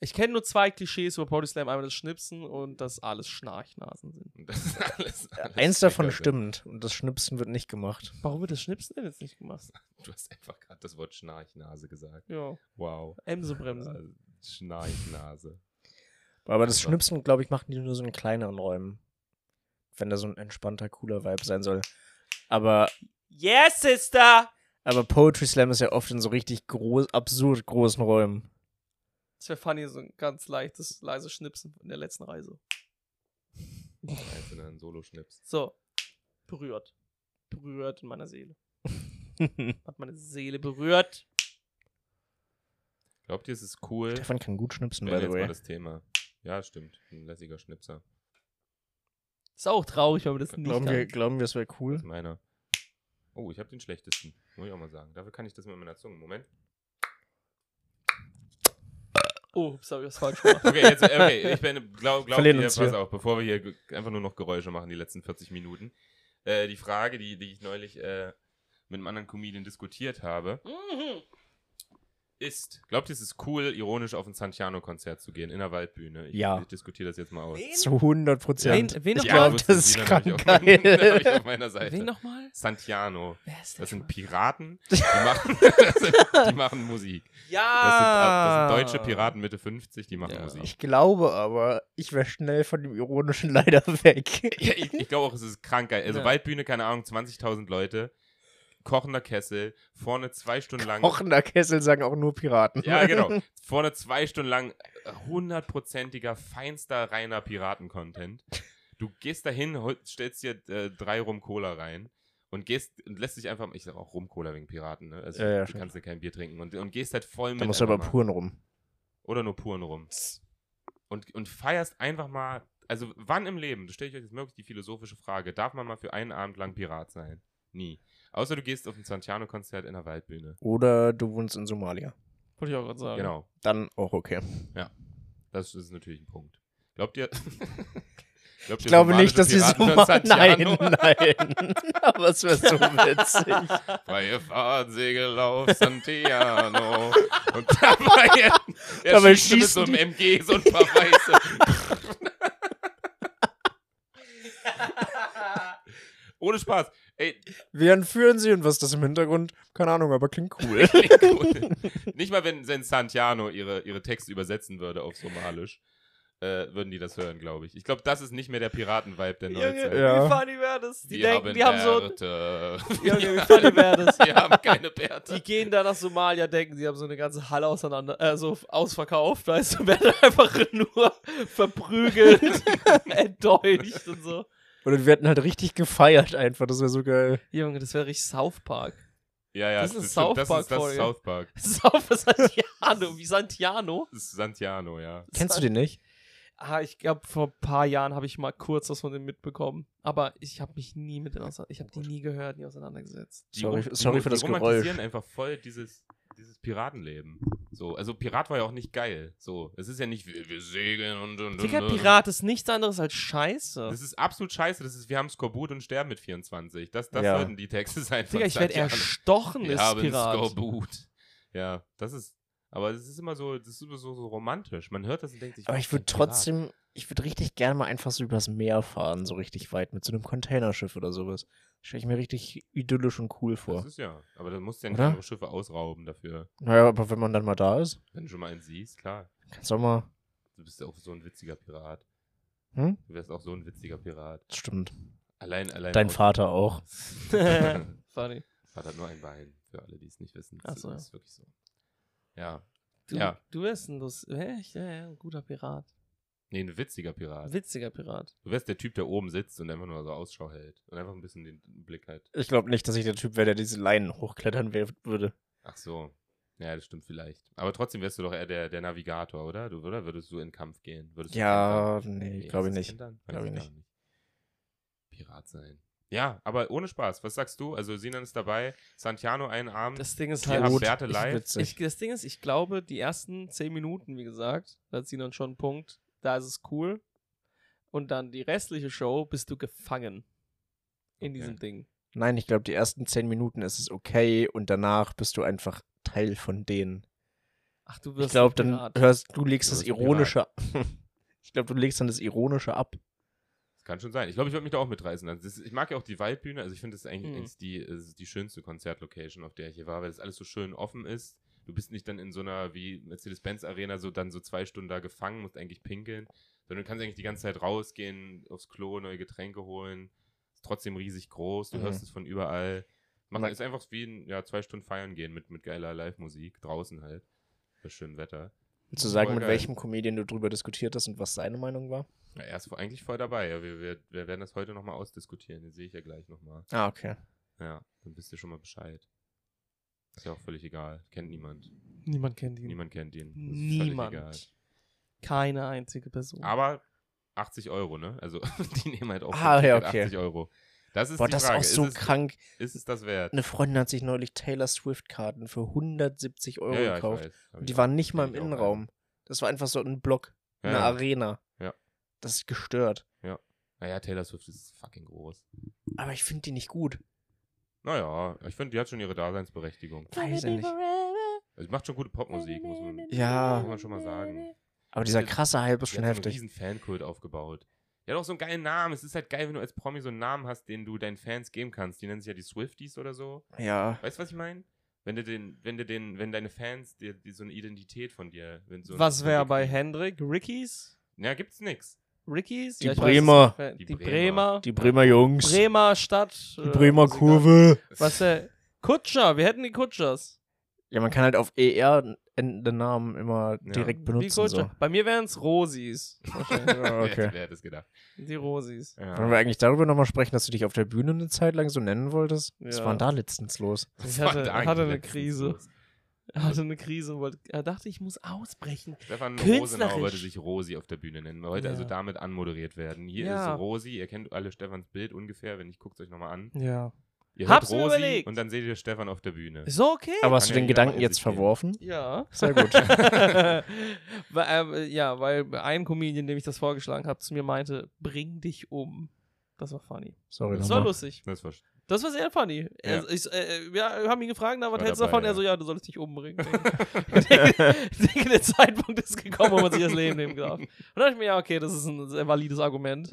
Speaker 3: Ich kenne nur zwei Klischees über Poetry Slam. Einmal das Schnipsen und dass alles Schnarchnasen sind.
Speaker 2: Und das ist alles, alles
Speaker 1: Eins davon
Speaker 2: Fächer sind.
Speaker 1: stimmt und das Schnipsen wird nicht gemacht.
Speaker 3: Warum wird das Schnipsen denn jetzt nicht gemacht?
Speaker 2: Du hast einfach gerade das Wort Schnarchnase gesagt.
Speaker 3: Ja.
Speaker 2: Wow.
Speaker 3: Emsebremsen.
Speaker 2: Äh, Schnarchnase.
Speaker 1: Aber das
Speaker 2: Also.
Speaker 1: Schnipsen, glaube ich, machen die nur so in kleineren Räumen. Wenn da so ein entspannter, cooler Vibe sein soll. Aber,
Speaker 3: Yes, Sister!
Speaker 1: aber Poetry Slam ist ja oft in so richtig groß, absurd großen Räumen.
Speaker 3: Das wäre funny, so ein ganz leichtes, leises Schnipsen in der letzten Reise.
Speaker 2: Als wenn du einen Solo schnippst.
Speaker 3: So. Berührt. Berührt in meiner Seele. Hat meine Seele berührt.
Speaker 2: Glaubt ihr, es ist cool?
Speaker 1: Stefan kann gut schnipsen, by
Speaker 2: Wäre jetzt
Speaker 1: the
Speaker 2: mal
Speaker 1: way.
Speaker 2: das Thema. Ja, stimmt. Ein lässiger Schnipser.
Speaker 3: Ist auch traurig, wenn man das nicht
Speaker 1: Glauben
Speaker 3: kann.
Speaker 1: wir, glauben wir, es wäre
Speaker 2: Das
Speaker 1: cool?
Speaker 2: ist meiner. Oh, ich habe den schlechtesten. Muss ich auch mal sagen. Dafür kann ich das mit meiner Zunge. Moment.
Speaker 3: Oh, ups, hab ich was falsch gemacht.
Speaker 2: Okay, jetzt, äh, okay, ich bin, glaub, glaub
Speaker 1: Verlieren
Speaker 2: ihr,
Speaker 1: uns
Speaker 2: pass
Speaker 1: wir.
Speaker 2: auf, bevor wir hier ge- einfach nur noch Geräusche machen, die letzten 40 Minuten. Äh, die Frage, die, die ich neulich äh, mit einem anderen Comedian diskutiert habe,
Speaker 3: Mhm.
Speaker 2: ist, glaubt ihr, es ist cool, ironisch auf ein Santiano-Konzert zu gehen, in der Waldbühne? Ich,
Speaker 1: Ja.
Speaker 2: ich diskutiere das jetzt mal aus.
Speaker 3: Wen?
Speaker 1: Zu 100 Prozent.
Speaker 3: Wen, wen
Speaker 1: Ich
Speaker 3: nochmal?
Speaker 1: glaub,
Speaker 2: wusste
Speaker 1: das
Speaker 2: sie,
Speaker 1: ist
Speaker 2: dann hab ich
Speaker 1: krank
Speaker 2: auf meinen-
Speaker 1: geil.
Speaker 2: dann hab ich auf meiner
Speaker 3: Wen
Speaker 2: Seite.
Speaker 3: nochmal?
Speaker 2: Santiano.
Speaker 3: Wer ist
Speaker 2: Das
Speaker 3: das?
Speaker 2: sind
Speaker 3: nochmal?
Speaker 2: Piraten, die machen, das sind, die machen Musik. Das sind,
Speaker 3: Ja!
Speaker 2: das sind deutsche Piraten Mitte 50, die machen
Speaker 3: Ja.
Speaker 2: Musik.
Speaker 1: Ich glaube aber, ich wäre schnell von dem Ironischen leider weg.
Speaker 2: Ja, ich, ich glaube auch, es ist krank geil. Also
Speaker 3: Ja.
Speaker 2: Waldbühne, keine Ahnung, 20.000 Leute, kochender Kessel, vorne zwei Stunden lang.
Speaker 1: Kochender Kessel sagen auch nur Piraten.
Speaker 2: Ja, genau. Vorne zwei Stunden lang hundertprozentiger, feinster, reiner Piraten-Content. Du gehst dahin, hol- stellst dir äh, drei Rum Cola rein und gehst und lässt dich einfach, ich sag auch Rum Cola wegen Piraten, ne? Also
Speaker 1: Ja, ja,
Speaker 2: du
Speaker 1: stimmt.
Speaker 2: kannst dir kein Bier trinken und, und gehst halt voll mit.
Speaker 1: Da musst du aber
Speaker 2: einfach mal.
Speaker 1: puren rum.
Speaker 2: Oder nur puren Rum. Und, und feierst einfach mal, also wann im Leben, das stelle ich euch jetzt wirklich die philosophische Frage, darf man mal für einen Abend lang Pirat sein? Nie. Außer du gehst auf ein Santiano-Konzert in der Waldbühne.
Speaker 1: Oder du wohnst in Somalia.
Speaker 3: Wollte ich auch gerade sagen.
Speaker 2: Genau.
Speaker 1: Dann auch okay.
Speaker 2: Das ist natürlich ein Punkt. Glaubt ihr. glaubt
Speaker 1: Ich glaube nicht, dass die Somalier. Nein,
Speaker 2: Nein.
Speaker 1: nein. Aber es wäre so witzig.
Speaker 2: Freie Fahrt, Segel auf Santiano. Und dabei, er
Speaker 1: Dabei
Speaker 2: schießt mit so
Speaker 1: schießen
Speaker 2: einem MG so ein paar Weiße. Ohne Spaß. Ey,
Speaker 1: Wir entführen sie und was ist das im Hintergrund? Keine Ahnung, aber klingt cool.
Speaker 2: Klingt gut. Nicht mal, wenn Sen Santiano ihre, ihre Texte übersetzen würde auf Somalisch, äh, würden die das hören, glaube ich. Ich glaube, das ist nicht mehr der Piraten-Vibe der Neuzeit.
Speaker 3: Junge,
Speaker 1: Ja.
Speaker 3: wie funny wäre das? Die, denken,
Speaker 2: haben
Speaker 3: die haben so.
Speaker 2: Bärte.
Speaker 3: Junge, wie funny wäre das?
Speaker 2: Wir haben keine
Speaker 3: Die
Speaker 2: Bärte.
Speaker 3: gehen da nach Somalia, denken, sie haben so eine ganze Halle auseinander, äh, so ausverkauft, weißt du, werden einfach nur verprügelt, entdeutscht und so.
Speaker 1: Oder wir hätten halt richtig gefeiert einfach. Das wäre so geil.
Speaker 3: Junge, das wäre richtig South Park.
Speaker 2: Ja, ja,
Speaker 3: Das ist
Speaker 2: stimmt,
Speaker 3: South
Speaker 2: das ist das
Speaker 3: Park-Folge.
Speaker 2: ist South Park.
Speaker 3: Sauber Santiano, wie Santiano.
Speaker 2: Das ist Santiano, ja.
Speaker 1: Kennst du den nicht?
Speaker 3: Ah, ich glaube, vor ein paar Jahren habe ich mal kurz was von dem mitbekommen. Aber ich habe mich nie mit den auseinander, ich habe die nie gehört, nie auseinandergesetzt.
Speaker 1: Sorry-
Speaker 2: rom-
Speaker 1: sorry
Speaker 2: die,
Speaker 1: für das
Speaker 2: die
Speaker 1: Geräusch.
Speaker 2: romantisieren einfach voll dieses, dieses Piratenleben. So, also Pirat war ja auch nicht geil. So, es ist ja nicht, wir, wir segeln und, und,
Speaker 3: Digga,
Speaker 2: und. und.
Speaker 3: Pirat ist nichts anderes als Scheiße.
Speaker 2: Das ist absolut scheiße. Das ist, wir haben Skorbut und sterben mit 24. Das, das
Speaker 1: Ja.
Speaker 2: würden die Texte sein. von
Speaker 3: Digga, ich werde
Speaker 2: Santiano.
Speaker 3: erstochen,
Speaker 2: Wir
Speaker 3: ist
Speaker 2: haben
Speaker 3: Pirat.
Speaker 2: Skorbut. Ja, das ist. Aber das ist immer so, das ist immer so, so romantisch. Man hört das und denkt sich.
Speaker 1: Aber
Speaker 2: was
Speaker 1: ich
Speaker 2: für ein
Speaker 1: würde
Speaker 2: Pirat.
Speaker 1: trotzdem, ich würde richtig gerne mal einfach so übers Meer fahren, so richtig weit, mit so einem Containerschiff oder sowas. Stelle ich mir richtig idyllisch und cool vor.
Speaker 2: Das ist ja. Aber dann musst du ja nicht
Speaker 1: Oder?
Speaker 2: andere Schiffe ausrauben dafür.
Speaker 1: Naja, aber wenn man dann mal da ist,
Speaker 2: Wenn du schon mal einen siehst, klar.
Speaker 1: kannst du auch mal.
Speaker 2: Du bist ja auch so ein witziger Pirat.
Speaker 1: Hm?
Speaker 2: Du wärst auch so ein witziger Pirat.
Speaker 1: Das stimmt.
Speaker 2: Allein, allein.
Speaker 1: Dein
Speaker 2: aus-
Speaker 1: Vater auch.
Speaker 3: Funny.
Speaker 2: Hat halt nur ein Bein, für alle, die es nicht wissen.
Speaker 3: Ach
Speaker 2: Das
Speaker 3: so, ja.
Speaker 2: ist wirklich so. Ja.
Speaker 3: Du,
Speaker 2: Ja.
Speaker 3: du wärst ein lust echt, ja, ja, ein guter Pirat.
Speaker 2: Nee, ein witziger Pirat.
Speaker 3: Witziger Pirat.
Speaker 2: Du wärst der Typ, der oben sitzt und einfach nur so Ausschau hält. Und einfach ein bisschen den Blick halt.
Speaker 1: Ich glaube nicht, dass ich der Typ wäre, der diese Leinen hochklettern wär- würde.
Speaker 2: Ach so. Ja, das stimmt vielleicht. Aber trotzdem wärst du doch eher der, der Navigator, oder? Du, oder würdest du in den Kampf gehen? Würdest du
Speaker 1: Ja,
Speaker 2: kentern?
Speaker 1: nee,
Speaker 2: ist
Speaker 1: glaube ich
Speaker 2: das
Speaker 1: nicht.
Speaker 2: kentern? Weiß
Speaker 1: Glaub ich
Speaker 2: gar
Speaker 1: nicht.
Speaker 2: Pirat sein. Ja, aber ohne Spaß. Was sagst du? Also Sinan ist dabei, Santiano einen Arm.
Speaker 3: Das Ding ist
Speaker 2: Die
Speaker 3: halt.
Speaker 2: haben
Speaker 1: Gut,
Speaker 2: Werte
Speaker 1: ist
Speaker 2: live.
Speaker 3: Ich,
Speaker 1: witzig.
Speaker 3: das Ding ist, ich glaube, die ersten zehn Minuten, wie gesagt, da hat Sinan schon einen Punkt, da ist es cool. Und dann die restliche Show bist du gefangen in
Speaker 2: Okay.
Speaker 3: diesem Ding.
Speaker 1: Nein, ich glaube, die ersten zehn Minuten ist es okay und danach bist du einfach Teil von denen.
Speaker 3: Ach, du wirst
Speaker 1: Ich glaube,
Speaker 3: ein
Speaker 1: dann
Speaker 3: Pirat.
Speaker 1: hörst du legst
Speaker 2: Du
Speaker 1: das
Speaker 2: wirst Pirat.
Speaker 1: Ironische. ich glaube, du legst dann das Ironische ab.
Speaker 2: Das kann schon sein. Ich glaube, ich würde mich da auch mitreißen. Also das, ich mag ja auch die Waldbühne. Also ich finde, das ist eigentlich
Speaker 3: Mhm.
Speaker 2: eins die, das ist die schönste Konzertlocation, auf der ich hier war, weil das alles so schön offen ist. Du bist nicht dann in so einer wie Mercedes-Benz-Arena so dann so zwei Stunden da gefangen, musst eigentlich pinkeln, sondern du kannst eigentlich die ganze Zeit rausgehen, aufs Klo, neue Getränke holen. Ist trotzdem riesig groß, du
Speaker 1: Mhm.
Speaker 2: hörst es von überall. Macht
Speaker 1: Man-
Speaker 2: ist einfach wie ein, ja, zwei Stunden feiern gehen mit, mit geiler Live-Musik, draußen halt, bei schönem Wetter.
Speaker 1: Willst du sagen,
Speaker 2: Voll
Speaker 1: mit
Speaker 2: geil.
Speaker 1: welchem Comedian du drüber diskutiert hast und was seine Meinung war?
Speaker 2: Ja, er ist eigentlich voll dabei. Ja, wir, wir, wir werden das heute nochmal ausdiskutieren, den sehe ich ja gleich nochmal.
Speaker 1: Ah, okay.
Speaker 2: Ja, dann wisst ihr schon mal Bescheid. Ist ja auch völlig egal. Kennt niemand.
Speaker 3: Niemand kennt ihn.
Speaker 2: Niemand kennt ihn. Das ist völlig egal.
Speaker 3: Niemand. Keine einzige Person.
Speaker 2: Aber 80 Euro, ne? Also die nehmen halt auch
Speaker 1: Ah,
Speaker 2: für ein
Speaker 1: ja,
Speaker 2: Ticket
Speaker 1: okay.
Speaker 2: 80 Euro. Das ist
Speaker 1: Boah,
Speaker 2: die
Speaker 1: das ist
Speaker 2: Frage.
Speaker 1: auch so
Speaker 2: ist, es,
Speaker 1: krank.
Speaker 2: ist es das wert?
Speaker 1: Eine Freundin hat sich neulich Taylor Swift-Karten für 170 Euro
Speaker 2: ja, ja,
Speaker 1: gekauft.
Speaker 2: Ich weiß. Hab
Speaker 1: Und die
Speaker 2: ich
Speaker 1: waren nicht mal im
Speaker 2: Kenn ich auch
Speaker 1: Innenraum. Das war einfach so ein Block,
Speaker 2: auch.
Speaker 1: eine
Speaker 2: Ja, ja.
Speaker 1: Arena.
Speaker 2: Ja.
Speaker 1: Das ist gestört.
Speaker 2: Naja, Taylor Swift ist fucking groß.
Speaker 1: Aber ich finde die nicht gut.
Speaker 2: Naja, ich finde, die hat schon ihre Daseinsberechtigung.
Speaker 1: Weiß ich nicht.
Speaker 2: Also, sie macht schon gute Popmusik, muss man,
Speaker 1: Ja.
Speaker 2: muss man schon mal sagen.
Speaker 1: Aber dieser krasse Hype ist
Speaker 2: Sie
Speaker 1: schon
Speaker 2: hat so einen
Speaker 1: heftig.
Speaker 2: riesen Fankult aufgebaut. Die hat auch so einen geilen Namen. Es ist halt geil, wenn du als Promi so einen Namen hast, den du deinen Fans geben kannst. Die nennen sich ja die Swifties oder so.
Speaker 1: Ja.
Speaker 2: Weißt du, was ich meine? Wenn du den, wenn du den, wenn deine Fans dir die, so eine Identität von dir, wenn so
Speaker 3: Was wäre bei
Speaker 2: Hä?
Speaker 3: Hendrik? Rickies?
Speaker 2: Ja, gibt's nix.
Speaker 3: Rickies?
Speaker 1: Die
Speaker 3: ich weiß,
Speaker 1: Bremer.
Speaker 3: das ist-
Speaker 2: Die
Speaker 3: Die
Speaker 2: Bremer.
Speaker 3: Bremer.
Speaker 1: Die Bremer Jungs.
Speaker 3: Bremer Stadt.
Speaker 1: die
Speaker 3: äh,
Speaker 1: Bremer
Speaker 3: Musiker.
Speaker 1: Kurve.
Speaker 3: Was der? Kutscher, wir hätten die Kutschers.
Speaker 1: Ja, man kann halt auf ER endende Namen immer
Speaker 2: Ja.
Speaker 1: direkt
Speaker 3: Die
Speaker 1: benutzen.
Speaker 3: Kutscher.
Speaker 1: So.
Speaker 3: Bei mir wären es Rosis. Wahrscheinlich.
Speaker 1: Ja,
Speaker 2: Wer, hätte-
Speaker 1: okay.
Speaker 2: wer hätte das gedacht?
Speaker 3: die Rosis.
Speaker 1: Wollen wir eigentlich darüber nochmal sprechen, dass du dich auf der Bühne eine Zeit lang so nennen wolltest? Was
Speaker 3: Ja.
Speaker 1: war denn da letztens los?
Speaker 3: Ich
Speaker 2: Was war
Speaker 3: hatte,
Speaker 2: da
Speaker 3: hatte eine
Speaker 2: eigentlich letztens
Speaker 3: Krise.
Speaker 2: los?
Speaker 3: Er hatte eine Krise und wollte, er dachte, ich muss ausbrechen.
Speaker 2: Stefan
Speaker 3: Künstlerisch.
Speaker 2: Rosenau wollte sich Rosi auf der Bühne nennen. Wollte
Speaker 3: Ja.
Speaker 2: also damit anmoderiert werden. Hier
Speaker 3: Ja.
Speaker 2: ist Rosi. Ihr kennt alle Stefans Bild ungefähr. Wenn nicht, guckt euch nochmal an.
Speaker 3: Ja.
Speaker 2: Ihr
Speaker 3: Hab's mir
Speaker 2: hört Rosi
Speaker 3: überlegt.
Speaker 2: und dann seht ihr Stefan auf der Bühne.
Speaker 3: Ist doch okay.
Speaker 1: Aber hast du
Speaker 2: Kann ja
Speaker 1: den
Speaker 2: jeder
Speaker 1: Gedanken
Speaker 2: mal in
Speaker 1: jetzt
Speaker 2: sich gehen.
Speaker 1: verworfen?
Speaker 3: ja.
Speaker 1: Sehr gut.
Speaker 3: weil, ähm, ja, weil ein Comedian, dem ich das vorgeschlagen habe, zu mir meinte, bring dich um. Das war funny.
Speaker 1: Sorry
Speaker 3: Das war
Speaker 1: nochmal.
Speaker 3: lustig.
Speaker 2: Das war
Speaker 3: Das war sehr funny. Ja. Ich, äh, wir haben ihn gefragt, na, was
Speaker 2: War
Speaker 3: hältst du
Speaker 2: dabei,
Speaker 3: davon?
Speaker 2: ja.
Speaker 3: Er so, ja, du sollst dich umbringen. ich denke, ich denke, der Zeitpunkt ist gekommen, wo man sich das Leben nehmen darf. Und dann dachte ich mir, ja, okay, das ist ein sehr valides Argument.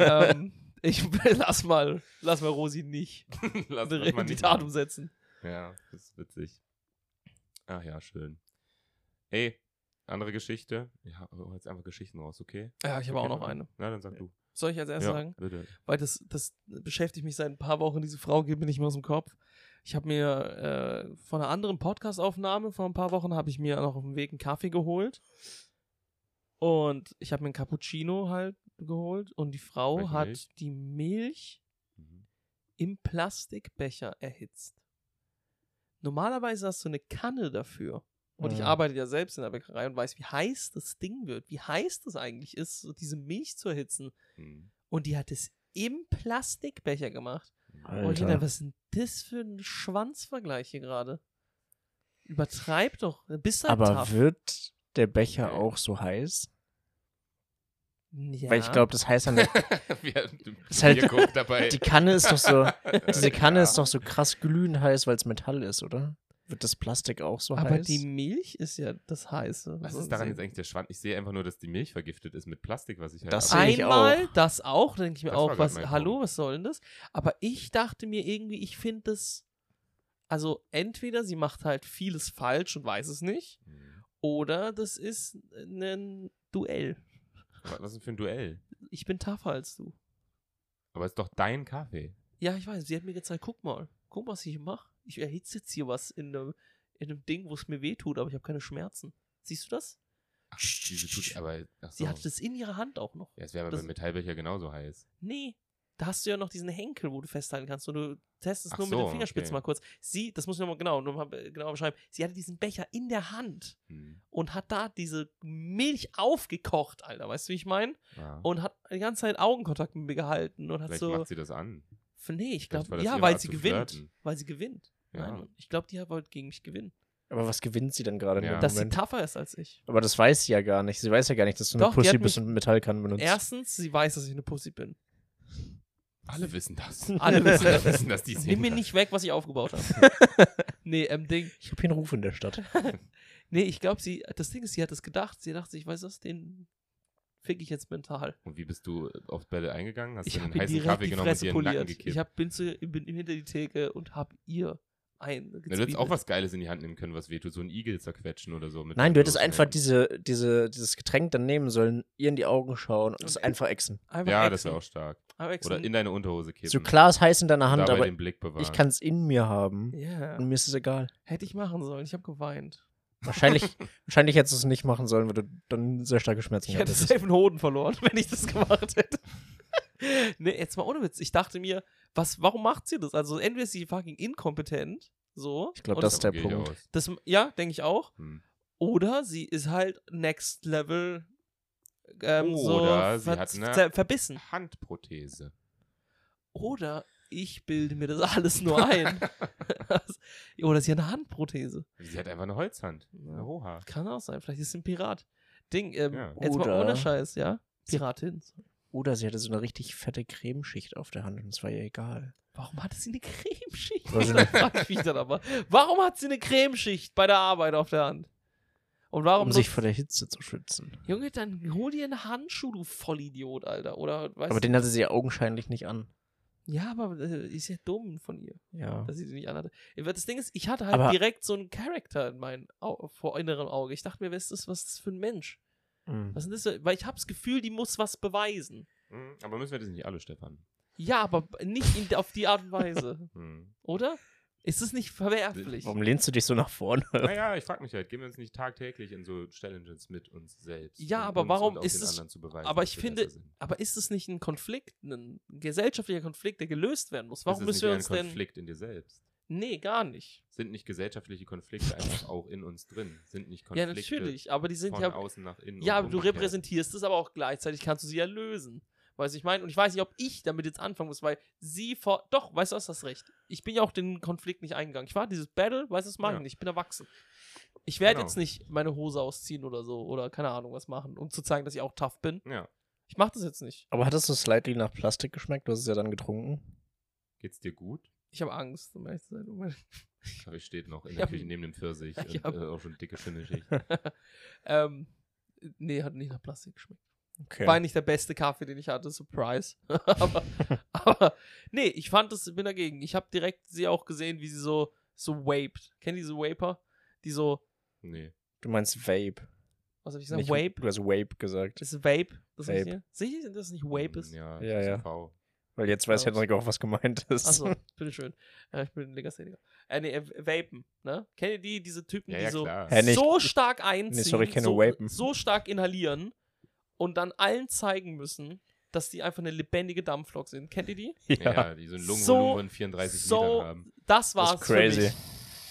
Speaker 3: ähm, ich lass mal, lass mal Rosi nicht
Speaker 2: lass, lass mal
Speaker 3: in die
Speaker 2: nicht
Speaker 3: Tat
Speaker 2: machen.
Speaker 3: umsetzen.
Speaker 2: Ja, das ist witzig. Ach ja, schön. Ey, andere Geschichte. Ja, hol jetzt einfach Geschichten raus, okay?
Speaker 3: Ja, ich habe
Speaker 2: okay,
Speaker 3: auch noch
Speaker 2: okay.
Speaker 3: eine.
Speaker 2: Na, dann sag du.
Speaker 3: Soll ich als erstes
Speaker 2: ja,
Speaker 3: sagen?
Speaker 2: bitte.
Speaker 3: Weil das, das beschäftigt mich seit ein paar Wochen. Diese Frau geht mir nicht mehr aus dem Kopf. Ich habe mir äh, von einer anderen Podcast-Aufnahme vor ein paar Wochen habe ich mir noch auf dem Weg einen Kaffee geholt. Und ich habe mir einen Cappuccino halt geholt. Und die Frau
Speaker 2: Welche
Speaker 3: hat
Speaker 2: Milch?
Speaker 3: die Milch
Speaker 2: Mhm.
Speaker 3: im Plastikbecher erhitzt. Normalerweise hast du eine Kanne dafür. Und ich
Speaker 1: Mhm.
Speaker 3: arbeite ja selbst in der Bäckerei und weiß, wie heiß das Ding wird, wie heiß das eigentlich ist, so diese Milch zu erhitzen.
Speaker 2: Hm.
Speaker 3: Und die hat es im Plastikbecher gemacht.
Speaker 1: Alter.
Speaker 3: Und ich dachte, was ist denn das für ein Schwanzvergleich hier gerade? Übertreib doch. Bist halt
Speaker 1: Aber
Speaker 3: tough.
Speaker 1: wird der Becher auch so heiß?
Speaker 3: Ja.
Speaker 1: Weil ich glaube, das heißt dann,
Speaker 2: Wir hatten
Speaker 1: Ist halt-
Speaker 2: Bierkorb dabei.
Speaker 1: die Kanne ist doch so, diese Kanne
Speaker 2: Ja.
Speaker 1: ist doch so krass glühend heiß, weil es Metall ist, oder? Wird das Plastik auch so
Speaker 3: Aber
Speaker 1: heiß?
Speaker 3: die Milch ist ja das Heiße.
Speaker 2: Was
Speaker 3: So
Speaker 2: ist daran
Speaker 3: gesehen.
Speaker 2: jetzt eigentlich der Schwanz? Ich sehe einfach nur, dass die Milch vergiftet ist mit Plastik, was ich halt
Speaker 1: Das
Speaker 2: ab-
Speaker 1: sehe ich
Speaker 3: Einmal
Speaker 1: auch.
Speaker 3: das auch, denke ich mir
Speaker 2: Das war
Speaker 3: auch,
Speaker 2: grad
Speaker 3: was,
Speaker 2: mein
Speaker 3: hallo,
Speaker 2: Punkt.
Speaker 3: was soll denn das? Aber ich dachte mir irgendwie, ich finde das, also entweder sie macht halt vieles falsch und weiß es nicht,
Speaker 2: Hm.
Speaker 3: oder das ist ein Duell.
Speaker 2: Wa- Was ist denn für ein Duell?
Speaker 3: Ich bin tougher als du.
Speaker 2: Aber ist doch dein Kaffee.
Speaker 3: Ja, ich weiß, sie hat mir gezeigt, guck mal, guck mal, was ich hier mache. Ich erhitze jetzt hier was in einem, in einem Ding, wo es mir weh tut, aber ich habe keine Schmerzen. Siehst du das?
Speaker 2: Ach, diese tut, aber, ach so.
Speaker 3: Sie hat das in ihrer Hand auch noch.
Speaker 2: ja, es wäre aber
Speaker 3: das-
Speaker 2: beim Metallbecher genauso heiß.
Speaker 3: Nee. Da hast du ja noch diesen Henkel, wo du festhalten kannst und du testest
Speaker 2: Ach
Speaker 3: nur mit
Speaker 2: so,
Speaker 3: den Fingerspitzen
Speaker 2: okay.
Speaker 3: mal kurz. Sie, das muss ich nochmal genau, noch mal genau beschreiben, sie hatte diesen Becher in der Hand
Speaker 2: Hm.
Speaker 3: und hat da diese Milch aufgekocht, Alter, weißt du, wie ich meine?
Speaker 2: Ja.
Speaker 3: Und hat die ganze Zeit Augenkontakt mit mir gehalten und hat
Speaker 2: Vielleicht
Speaker 3: so.
Speaker 2: macht sie das an.
Speaker 3: Nee, ich
Speaker 2: war
Speaker 3: glaube,
Speaker 2: das
Speaker 3: ja,
Speaker 2: ihre
Speaker 3: weil
Speaker 2: Art
Speaker 3: sie
Speaker 2: zu
Speaker 3: gewinnt.
Speaker 2: flirten.
Speaker 3: Weil sie gewinnt.
Speaker 2: Ja.
Speaker 3: Nein, Mann. ich glaube, die wollte gegen mich gewinnen.
Speaker 1: Aber was gewinnt sie dann gerade
Speaker 2: Ja.
Speaker 1: in dem
Speaker 3: Dass sie
Speaker 1: Moment?
Speaker 3: tougher ist als ich.
Speaker 1: Aber das weiß sie ja gar nicht. Sie weiß ja gar nicht, dass du eine
Speaker 3: Doch, die
Speaker 1: Pussy
Speaker 3: hat
Speaker 1: bist
Speaker 3: mich-
Speaker 1: und Metallkannen benutzt.
Speaker 3: Erstens, sie weiß, dass ich eine Pussy bin.
Speaker 2: Alle wissen das.
Speaker 3: Alle wissen das.
Speaker 2: wissen das. Die
Speaker 3: Nimm
Speaker 2: sehen
Speaker 3: mir
Speaker 2: das.
Speaker 3: nicht weg, was ich aufgebaut habe. nee, ähm, Ding.
Speaker 1: Ich habe hier einen Ruf in der Stadt.
Speaker 3: Nee, ich glaube, sie, das Ding ist, sie hat das gedacht. Sie dachte sich, weißt du was, den fick ich jetzt mental.
Speaker 2: Und wie bist du auf Bälle eingegangen? Hast
Speaker 3: Ich
Speaker 2: du
Speaker 3: habe
Speaker 2: den
Speaker 3: ihr
Speaker 2: heißen
Speaker 3: direkt
Speaker 2: Kaffee
Speaker 3: die
Speaker 2: genommen und
Speaker 3: Fresse
Speaker 2: dir in den Nacken
Speaker 3: poliert.
Speaker 2: gekippt?
Speaker 3: Ich hab, bin, zu, bin hinter die Theke und hab ihr ein
Speaker 2: Na, du hättest auch
Speaker 3: gezwiebelt.
Speaker 2: was Geiles in die Hand nehmen können, was wehtut. So einen Igel zerquetschen oder so. mit
Speaker 1: Nein, du hättest
Speaker 2: bloßen
Speaker 1: einfach
Speaker 2: Händen.
Speaker 1: diese, diese, dieses Getränk dann nehmen sollen, ihr in die Augen schauen und es einfach exen.
Speaker 3: Einfach
Speaker 2: Ja,
Speaker 3: exen.
Speaker 2: das wäre auch stark.
Speaker 3: Einfach exen.
Speaker 2: Oder in deine Unterhose kippen.
Speaker 1: So klar ist heiß in deiner
Speaker 2: Dabei
Speaker 1: Hand, aber
Speaker 2: den Blick bewahren.
Speaker 1: ich kann es in mir haben.
Speaker 3: Ja.
Speaker 1: Und mir ist es egal.
Speaker 3: Hätte ich machen sollen. Ich habe geweint.
Speaker 1: Wahrscheinlich, wahrscheinlich hättest du es nicht machen sollen, weil du dann sehr starke Schmerzen
Speaker 3: Ich hätte
Speaker 1: hattest.
Speaker 3: safe einen Hoden verloren, wenn ich das gemacht hätte. nee, jetzt mal ohne Witz. Ich dachte mir, was, warum macht sie das? Also entweder ist sie fucking inkompetent, so.
Speaker 1: Ich glaub,
Speaker 3: und
Speaker 1: das- ist der
Speaker 2: Davon gehe ich
Speaker 1: Punkt.
Speaker 2: aus.
Speaker 3: das, ja, denke ich auch.
Speaker 2: Hm.
Speaker 3: Oder sie ist halt Next Level ähm,
Speaker 2: Oder
Speaker 3: so
Speaker 2: sie hat
Speaker 1: ne?
Speaker 2: eine-
Speaker 3: ver verbissen.
Speaker 2: Handprothese.
Speaker 3: Oder ich bilde mir das alles nur ein. Oder sie hat eine Handprothese.
Speaker 2: Sie hat einfach eine Holzhand. Eine Hoha.
Speaker 3: Kann auch sein. Vielleicht ist sie ein Pirat. Ding, ähm,
Speaker 2: Ja.
Speaker 3: jetzt mal
Speaker 1: Oder-
Speaker 3: ohne Scheiß, ja? Piratin.
Speaker 1: Oder sie hatte so eine richtig fette Cremeschicht auf der Hand und es war ihr egal.
Speaker 3: Warum hatte sie eine Cremeschicht?
Speaker 1: Weiß ich
Speaker 3: Da frag ich mich dann aber. Warum hat sie eine Cremeschicht bei der Arbeit auf der Hand? Und warum
Speaker 1: Um sich
Speaker 3: nutzt-
Speaker 1: vor der Hitze zu schützen.
Speaker 3: Junge, dann hol dir einen Handschuh, du Vollidiot, Alter. Oder weißt
Speaker 1: Aber
Speaker 3: du,
Speaker 1: den hatte sie ja augenscheinlich nicht an.
Speaker 3: ja, aber äh, ist ja dumm von ihr.
Speaker 1: Ja.
Speaker 3: dass ich die nicht anhatte. Das Ding ist, ich hatte halt
Speaker 1: Aber-
Speaker 3: direkt so einen Charakter in meinem Au vor innerem Auge. Ich dachte mir, was ist das, was ist das für ein Mensch?
Speaker 1: Mhm.
Speaker 3: Was ist das? für- Weil ich habe das Gefühl, die muss was beweisen.
Speaker 2: Hm, Aber müssen wir das nicht alle, Stefan?
Speaker 3: Ja, aber nicht in, auf die Art und Weise,
Speaker 2: Hm.
Speaker 3: oder? Ist es nicht verwerflich?
Speaker 1: Warum lehnst du dich so nach vorne?
Speaker 2: Naja, ich frage mich halt, gehen wir uns nicht tagtäglich in so Challenges mit uns selbst?
Speaker 3: Ja,
Speaker 2: um
Speaker 3: aber
Speaker 2: uns
Speaker 3: warum
Speaker 2: und auch
Speaker 3: ist
Speaker 2: den
Speaker 3: es-
Speaker 2: anderen zu beweisen,
Speaker 3: aber
Speaker 2: dass
Speaker 3: ich
Speaker 2: wir
Speaker 3: finde-
Speaker 2: besser sind?
Speaker 3: Aber ist es nicht ein Konflikt, ein gesellschaftlicher Konflikt, der gelöst werden muss?
Speaker 2: ist
Speaker 3: Warum
Speaker 2: es
Speaker 3: müssen
Speaker 2: nicht
Speaker 3: wir
Speaker 2: eher
Speaker 3: uns
Speaker 2: ein
Speaker 3: denn.
Speaker 2: Konflikt in dir selbst?
Speaker 3: Nee, gar nicht.
Speaker 2: Sind nicht gesellschaftliche Konflikte einfach auch in uns drin? Sind nicht
Speaker 3: ja,
Speaker 2: Konflikte
Speaker 3: natürlich. Aber die sind
Speaker 2: von
Speaker 3: ja.
Speaker 2: außen nach innen?
Speaker 3: Ja,
Speaker 2: und
Speaker 3: aber du
Speaker 2: umgekehrt?
Speaker 3: repräsentierst es, aber auch gleichzeitig kannst du sie ja lösen. Weißt du, ich meine, und ich weiß nicht, ob ich damit jetzt anfangen muss, weil sie vor. Doch, weißt du, hast das recht. Ich bin ja auch den Konflikt nicht eingegangen. Ich war dieses Battle, weißt du, das mag
Speaker 2: Ja.
Speaker 3: ich nicht. Ich bin erwachsen. Ich werde
Speaker 2: Genau.
Speaker 3: jetzt nicht meine Hose ausziehen oder so oder keine Ahnung was machen, um zu zeigen, dass ich auch tough bin.
Speaker 2: Ja,
Speaker 3: Ich mache das jetzt nicht.
Speaker 1: Aber hattest du slightly nach Plastik geschmeckt? Du hast es ja dann getrunken.
Speaker 2: geht's dir gut?
Speaker 3: Ich habe Angst, um ehrlich zu sein. Um meine-
Speaker 2: Ich glaube, ich stehe noch in
Speaker 3: Ich
Speaker 2: der
Speaker 3: hab-
Speaker 2: Küche neben dem Pfirsich
Speaker 3: Ich
Speaker 2: und
Speaker 3: hab-
Speaker 2: äh, auch schon dicke Schimmelschicht.
Speaker 3: ähm, nee, hat nicht nach Plastik geschmeckt.
Speaker 1: Okay.
Speaker 3: War nicht der beste Kaffee, den ich hatte, Surprise. aber, aber nee, ich fand das, bin dagegen. Ich habe direkt sie auch gesehen, wie sie so, so vaped. Kennt ihr diese Vaper? Die so,
Speaker 2: Nee.
Speaker 1: Du meinst Vape.
Speaker 3: was habe ich gesagt?
Speaker 1: Nicht-
Speaker 3: Vape?
Speaker 1: Du hast Vape gesagt.
Speaker 3: Das ist Vape. Das
Speaker 1: Vape.
Speaker 3: Ist Sicher, dass es nicht Vape ist?
Speaker 2: Mm, Ja,
Speaker 1: Ja,
Speaker 2: das ist
Speaker 1: ja.
Speaker 2: ein V.
Speaker 1: Weil jetzt weiß halt
Speaker 3: Ja.
Speaker 1: Henrik auch, was gemeint ist.
Speaker 3: Achso, bitteschön. Ja, ich bin ein Legastheniker. Äh, nee, äh, Vapen, ne? Kennt ihr die, diese Typen,
Speaker 2: Ja,
Speaker 3: die
Speaker 2: ja,
Speaker 3: so,
Speaker 2: klar.
Speaker 1: Hä, nee,
Speaker 3: so
Speaker 1: ich-
Speaker 3: stark einziehen,
Speaker 1: Äh, sorry, ich kenne
Speaker 3: so,
Speaker 1: Vapen.
Speaker 3: so stark inhalieren und dann allen zeigen müssen, dass die einfach eine lebendige Dampflok sind. Kennt ihr die?
Speaker 2: Ja, die so ein
Speaker 3: So-
Speaker 2: Lungenvolumen von 34
Speaker 3: so-
Speaker 2: Litern haben.
Speaker 3: Das
Speaker 1: Das
Speaker 3: war's
Speaker 1: ist crazy.
Speaker 3: für mich.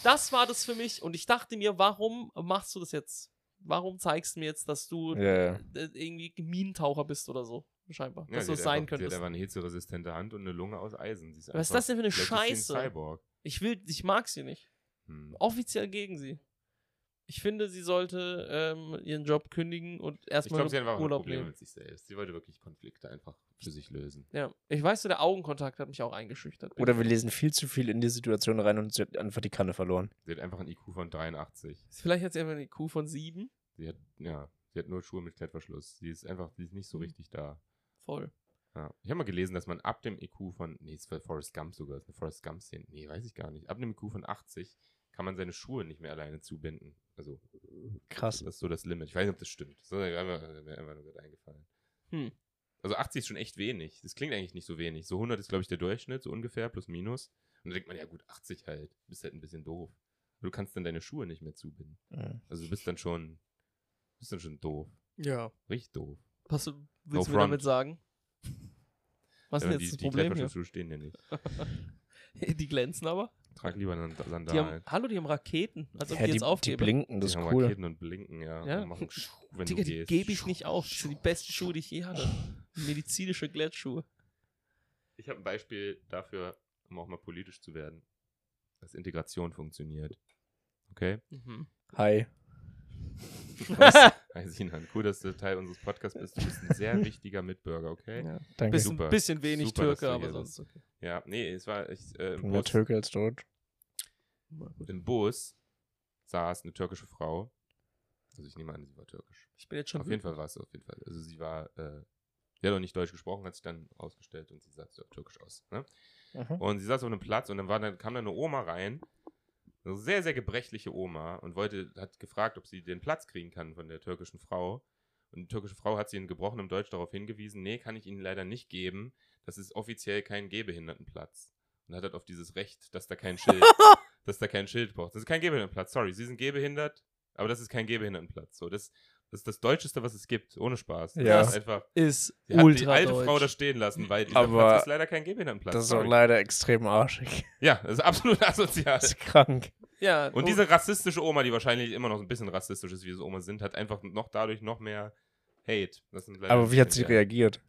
Speaker 3: Das war das für mich und ich dachte mir, warum machst du das jetzt? Warum zeigst du mir jetzt, dass du
Speaker 4: Ja, ja.
Speaker 3: äh, irgendwie Minentaucher bist oder so? Scheinbar.
Speaker 2: Ja,
Speaker 3: dass
Speaker 2: die
Speaker 3: du
Speaker 2: hat
Speaker 3: es sein
Speaker 2: einfach, die hat
Speaker 3: könntest.
Speaker 2: einfach eine hitzeresistente Hand und eine Lunge aus Eisen. Sie ist
Speaker 3: Was ist
Speaker 2: einfach-
Speaker 3: das denn für eine
Speaker 2: vielleicht ist sie ein
Speaker 3: Scheiße? Oh,
Speaker 2: Cyborg.
Speaker 3: Ich will, ich mag sie nicht.
Speaker 2: Hm.
Speaker 3: Offiziell gegen sie. Ich finde, sie sollte ähm, ihren Job kündigen und
Speaker 2: Ich
Speaker 3: erstmal
Speaker 2: glaube, sie hat einfach
Speaker 3: Urlaub
Speaker 2: Probleme
Speaker 3: nehmen.
Speaker 2: mit sich selbst. Sie wollte wirklich Konflikte einfach für sich lösen.
Speaker 3: Ja. Ich weiß, so der Augenkontakt hat mich auch eingeschüchtert.
Speaker 1: Oder wir lesen viel zu viel in die Situation rein und sie hat einfach die Kanne verloren.
Speaker 2: Sie hat einfach einen IQ von 83.
Speaker 3: Vielleicht hat sie einfach eine IQ von 7.
Speaker 2: Sie hat, ja, sie hat nur Schuhe mit Klettverschluss. Sie ist einfach, sie ist nicht so
Speaker 3: Hm.
Speaker 2: richtig da.
Speaker 3: Voll.
Speaker 2: Ja. Ich habe mal gelesen, dass man ab dem IQ von, nee, es war Forrest Gump sogar, es ist eine Forrest Gump-Szene. Nee, weiß ich gar nicht. Ab einem IQ von 80 kann man seine Schuhe nicht mehr alleine zubinden. Also,
Speaker 1: Krass.
Speaker 2: das ist so das Limit. Ich weiß nicht, ob das stimmt. Das ist mir einfach, mir einfach nur gerade eingefallen.
Speaker 3: Hm.
Speaker 2: Also 80 ist schon echt wenig. Das klingt eigentlich nicht so wenig. So 100 ist, glaube ich, der Durchschnitt, so ungefähr, plus minus. Und dann denkt man, ja gut, 80 halt. Du bist halt ein bisschen doof. Aber Du kannst dann deine Schuhe nicht mehr zubinden.
Speaker 1: Mhm.
Speaker 2: Also du bist dann schon, bist dann schon doof.
Speaker 3: Ja.
Speaker 2: Richtig doof.
Speaker 3: Was willst du mir
Speaker 2: front.
Speaker 3: damit sagen? Was ist
Speaker 2: Ja,
Speaker 3: denn
Speaker 2: die,
Speaker 3: jetzt das
Speaker 2: die
Speaker 3: Problem hier?
Speaker 2: Klettverschlussschuhe stehen ja nicht.
Speaker 3: Die glänzen aber.
Speaker 2: Trag lieber einen Sandal.
Speaker 3: Die haben, hallo, die haben Raketen. Also ob
Speaker 1: Ja,
Speaker 3: die
Speaker 1: die,
Speaker 3: jetzt
Speaker 1: die
Speaker 3: aufgeben.
Speaker 1: blinken, das
Speaker 2: Die
Speaker 1: ist
Speaker 2: haben
Speaker 1: cool.
Speaker 2: Raketen und blinken, ja.
Speaker 3: Ja.
Speaker 2: Und machen Schuh, wenn
Speaker 3: Digga,
Speaker 2: du
Speaker 3: die
Speaker 2: gehst.
Speaker 3: gebe ich nicht auf. Das sind die besten Schuhe, die ich je hatte. Medizinische Glättschuhe.
Speaker 2: Ich habe ein Beispiel dafür, um auch mal politisch zu werden, dass Integration funktioniert. Okay?
Speaker 3: Mhm.
Speaker 1: Hi.
Speaker 2: Also, Sinan, cool, dass du Teil unseres Podcasts bist. Du bist ein sehr wichtiger Mitbürger, okay?
Speaker 3: ja.
Speaker 1: Danke.
Speaker 3: bisschen,
Speaker 2: Super.
Speaker 3: bisschen wenig
Speaker 2: Super, dass
Speaker 3: Türke,
Speaker 2: du
Speaker 3: aber
Speaker 2: hier
Speaker 3: sonst okay.
Speaker 2: Ja, nee, es war, ich, äh,
Speaker 1: Ich
Speaker 2: im,
Speaker 1: bin mehr
Speaker 2: Bus,
Speaker 1: Türke als Deutsch.
Speaker 2: im Bus saß eine türkische Frau. Also, ich nehme an, sie war türkisch.
Speaker 3: Ich bin jetzt schon.
Speaker 2: auf jeden Fall war es auf jeden Fall. Also sie war, äh, sie hat auch nicht Deutsch gesprochen, hat sich dann rausgestellt und sie sah so türkisch aus. Ne?
Speaker 1: Mhm.
Speaker 2: Und sie saß auf einem Platz und dann, war, dann kam da eine Oma rein, eine sehr, sehr gebrechliche Oma und wollte, hat gefragt, ob sie den Platz kriegen kann von der türkischen Frau. Und die türkische Frau hat sie in gebrochenem Deutsch darauf hingewiesen, nee, kann ich Ihnen leider nicht geben, das ist offiziell kein Gehbehindertenplatz. Und hat halt auf dieses Recht, dass da kein Schild, dass da kein Schild braucht. Das ist kein Gehbehindertenplatz, sorry, Sie sind gehbehindert, aber das ist kein Gehbehindertenplatz. So, das, das ist das Deutscheste, was es gibt, ohne Spaß.
Speaker 1: Ja.
Speaker 2: Das ist einfach,
Speaker 3: Ist
Speaker 2: sie hat die
Speaker 3: ultra
Speaker 2: alte
Speaker 3: deutsch.
Speaker 2: Frau da stehen lassen, weil dieser
Speaker 1: Aber
Speaker 2: Platz ist leider kein Gehbehindertenplatz.
Speaker 1: Das ist auch
Speaker 2: sorry.
Speaker 1: leider extrem arschig.
Speaker 2: Ja, das ist absolut asozial.
Speaker 1: Das ist krank.
Speaker 3: Ja,
Speaker 2: Und
Speaker 1: Oh.
Speaker 2: diese rassistische Oma, die wahrscheinlich immer noch ein bisschen rassistisch ist, wie so Omas sind, hat einfach noch dadurch noch mehr Hate. Das sind leider
Speaker 1: Aber wie hat sie
Speaker 2: Menschen, Äh, ja.
Speaker 1: reagiert?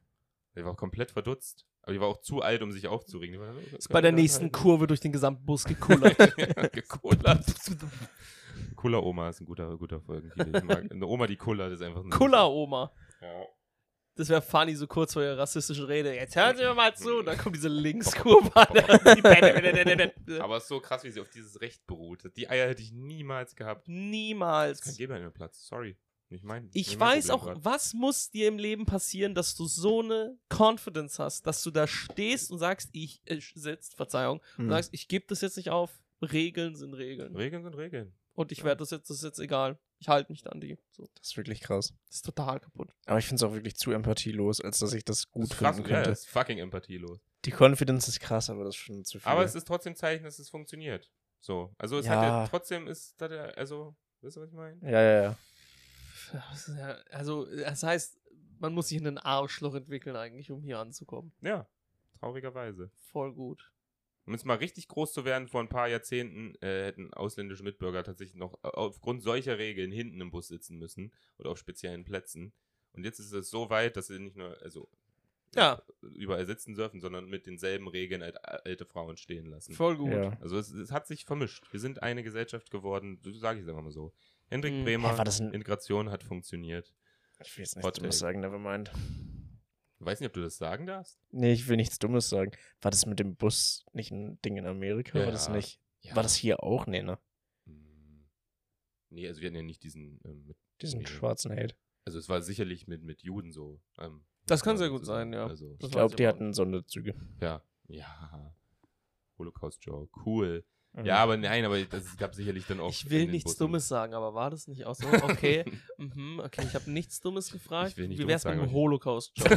Speaker 2: Die war auch komplett verdutzt. Aber die war auch zu alt, um sich aufzuregen. Die war, halt.
Speaker 3: ist bei der nächsten Kurve durch den gesamten Bus gekullert.
Speaker 2: ja, gekullert. Kuller Oma ist ein guter, guter Folgentitel. Ich mag- Eine Oma, die kullert, ist einfach ein
Speaker 3: Kuller-Oma.
Speaker 2: Ja.
Speaker 3: Das wäre funny, so kurz vor ihrer rassistischen Rede. Jetzt hören Sie mir mal zu. Und dann kommt diese Linkskurve an.
Speaker 2: Aber es ist so krass, wie sie auf dieses Recht beruht. Die Eier hätte ich niemals gehabt. Kein
Speaker 3: Niemals.
Speaker 2: Geber in den Platz. Sorry. Nicht mein.
Speaker 3: Ich
Speaker 2: nicht mein
Speaker 3: weiß auch,
Speaker 2: Problem
Speaker 3: was muss dir im Leben passieren, dass du so eine Confidence hast, dass du da stehst und sagst, ich äh, sitzt, Verzeihung, und
Speaker 1: Hm.
Speaker 3: sagst, ich gebe das jetzt nicht auf. Regeln sind
Speaker 2: grad.
Speaker 3: Regeln.
Speaker 2: Regeln sind Regeln.
Speaker 3: Und ich werde das jetzt, das ist jetzt egal. Ich halte mich an die. So.
Speaker 1: Das ist wirklich krass.
Speaker 3: Das ist total kaputt.
Speaker 1: Aber ich finde es auch wirklich zu empathielos, als dass ich das gut
Speaker 2: Das ist krass,
Speaker 1: finden
Speaker 2: ja,
Speaker 1: könnte.
Speaker 2: das ist fucking empathielos.
Speaker 1: Die Confidence ist krass, aber das ist schon zu viel.
Speaker 2: Aber es ist trotzdem ein Zeichen, dass es funktioniert. So. Also es hat
Speaker 1: Ja.
Speaker 2: ja trotzdem ist hat ja, also, wisst ihr, was ich meine?
Speaker 1: ja, ja, ja.
Speaker 3: Ja, das ist ja- Also, das heißt, man muss sich in den Arschloch entwickeln, eigentlich, um hier anzukommen.
Speaker 2: Ja. Traurigerweise.
Speaker 3: Voll gut.
Speaker 2: Um jetzt mal richtig groß zu werden, vor ein paar Jahrzehnten äh, hätten ausländische Mitbürger tatsächlich noch äh, aufgrund solcher Regeln hinten im Bus sitzen müssen oder auf speziellen Plätzen. Und jetzt ist es so weit, dass sie nicht nur also
Speaker 3: Ja.
Speaker 2: überall sitzen dürfen, sondern mit denselben Regeln halt alte Frauen stehen lassen.
Speaker 3: Voll gut.
Speaker 1: ja.
Speaker 2: Also es, es hat sich vermischt. Wir sind eine Gesellschaft geworden, so sage ich es einfach mal so. Hendrik
Speaker 3: Mhm.
Speaker 2: Bremer,
Speaker 1: Hä, war das ein-
Speaker 2: Integration hat funktioniert.
Speaker 1: Ich will jetzt
Speaker 2: Hot
Speaker 1: nichts Dummes
Speaker 2: Take.
Speaker 1: sagen, nevermind.
Speaker 2: Ich weiß nicht, ob du das sagen darfst.
Speaker 1: Nee, ich will nichts Dummes sagen. War das mit dem Bus nicht ein Ding in Amerika?
Speaker 2: Ja.
Speaker 1: War das nicht?
Speaker 2: Ja.
Speaker 1: War das hier auch? Nee, ne?
Speaker 2: Mhm. Nee, also wir hatten ja nicht diesen ähm, mit
Speaker 1: Diesen
Speaker 2: Nee.
Speaker 1: schwarzen Hate.
Speaker 2: Also es war sicherlich mit, mit Juden so. Ähm,
Speaker 3: Das kann
Speaker 2: ja,
Speaker 3: sehr gut
Speaker 2: so,
Speaker 3: sein, ja.
Speaker 2: Also,
Speaker 3: Das
Speaker 1: Ich
Speaker 3: weiß
Speaker 1: glaube, die
Speaker 3: aber auch
Speaker 1: hatten Sonderzüge.
Speaker 2: ja. Ja. Holocaust-Joke. Cool.
Speaker 1: Mhm.
Speaker 2: Ja, aber nein, aber das gab sicherlich dann auch.
Speaker 3: Hm. Ich will
Speaker 2: in den
Speaker 3: nichts
Speaker 2: Bussen.
Speaker 3: Dummes sagen, aber war das nicht auch so? Okay, mhm, okay, ich habe nichts Dummes gefragt.
Speaker 2: Ich will nicht
Speaker 3: Wie
Speaker 2: Dummes
Speaker 3: wär's
Speaker 2: sagen,
Speaker 3: mit
Speaker 2: aber
Speaker 3: dem
Speaker 2: ich-
Speaker 3: Holocaust-Job?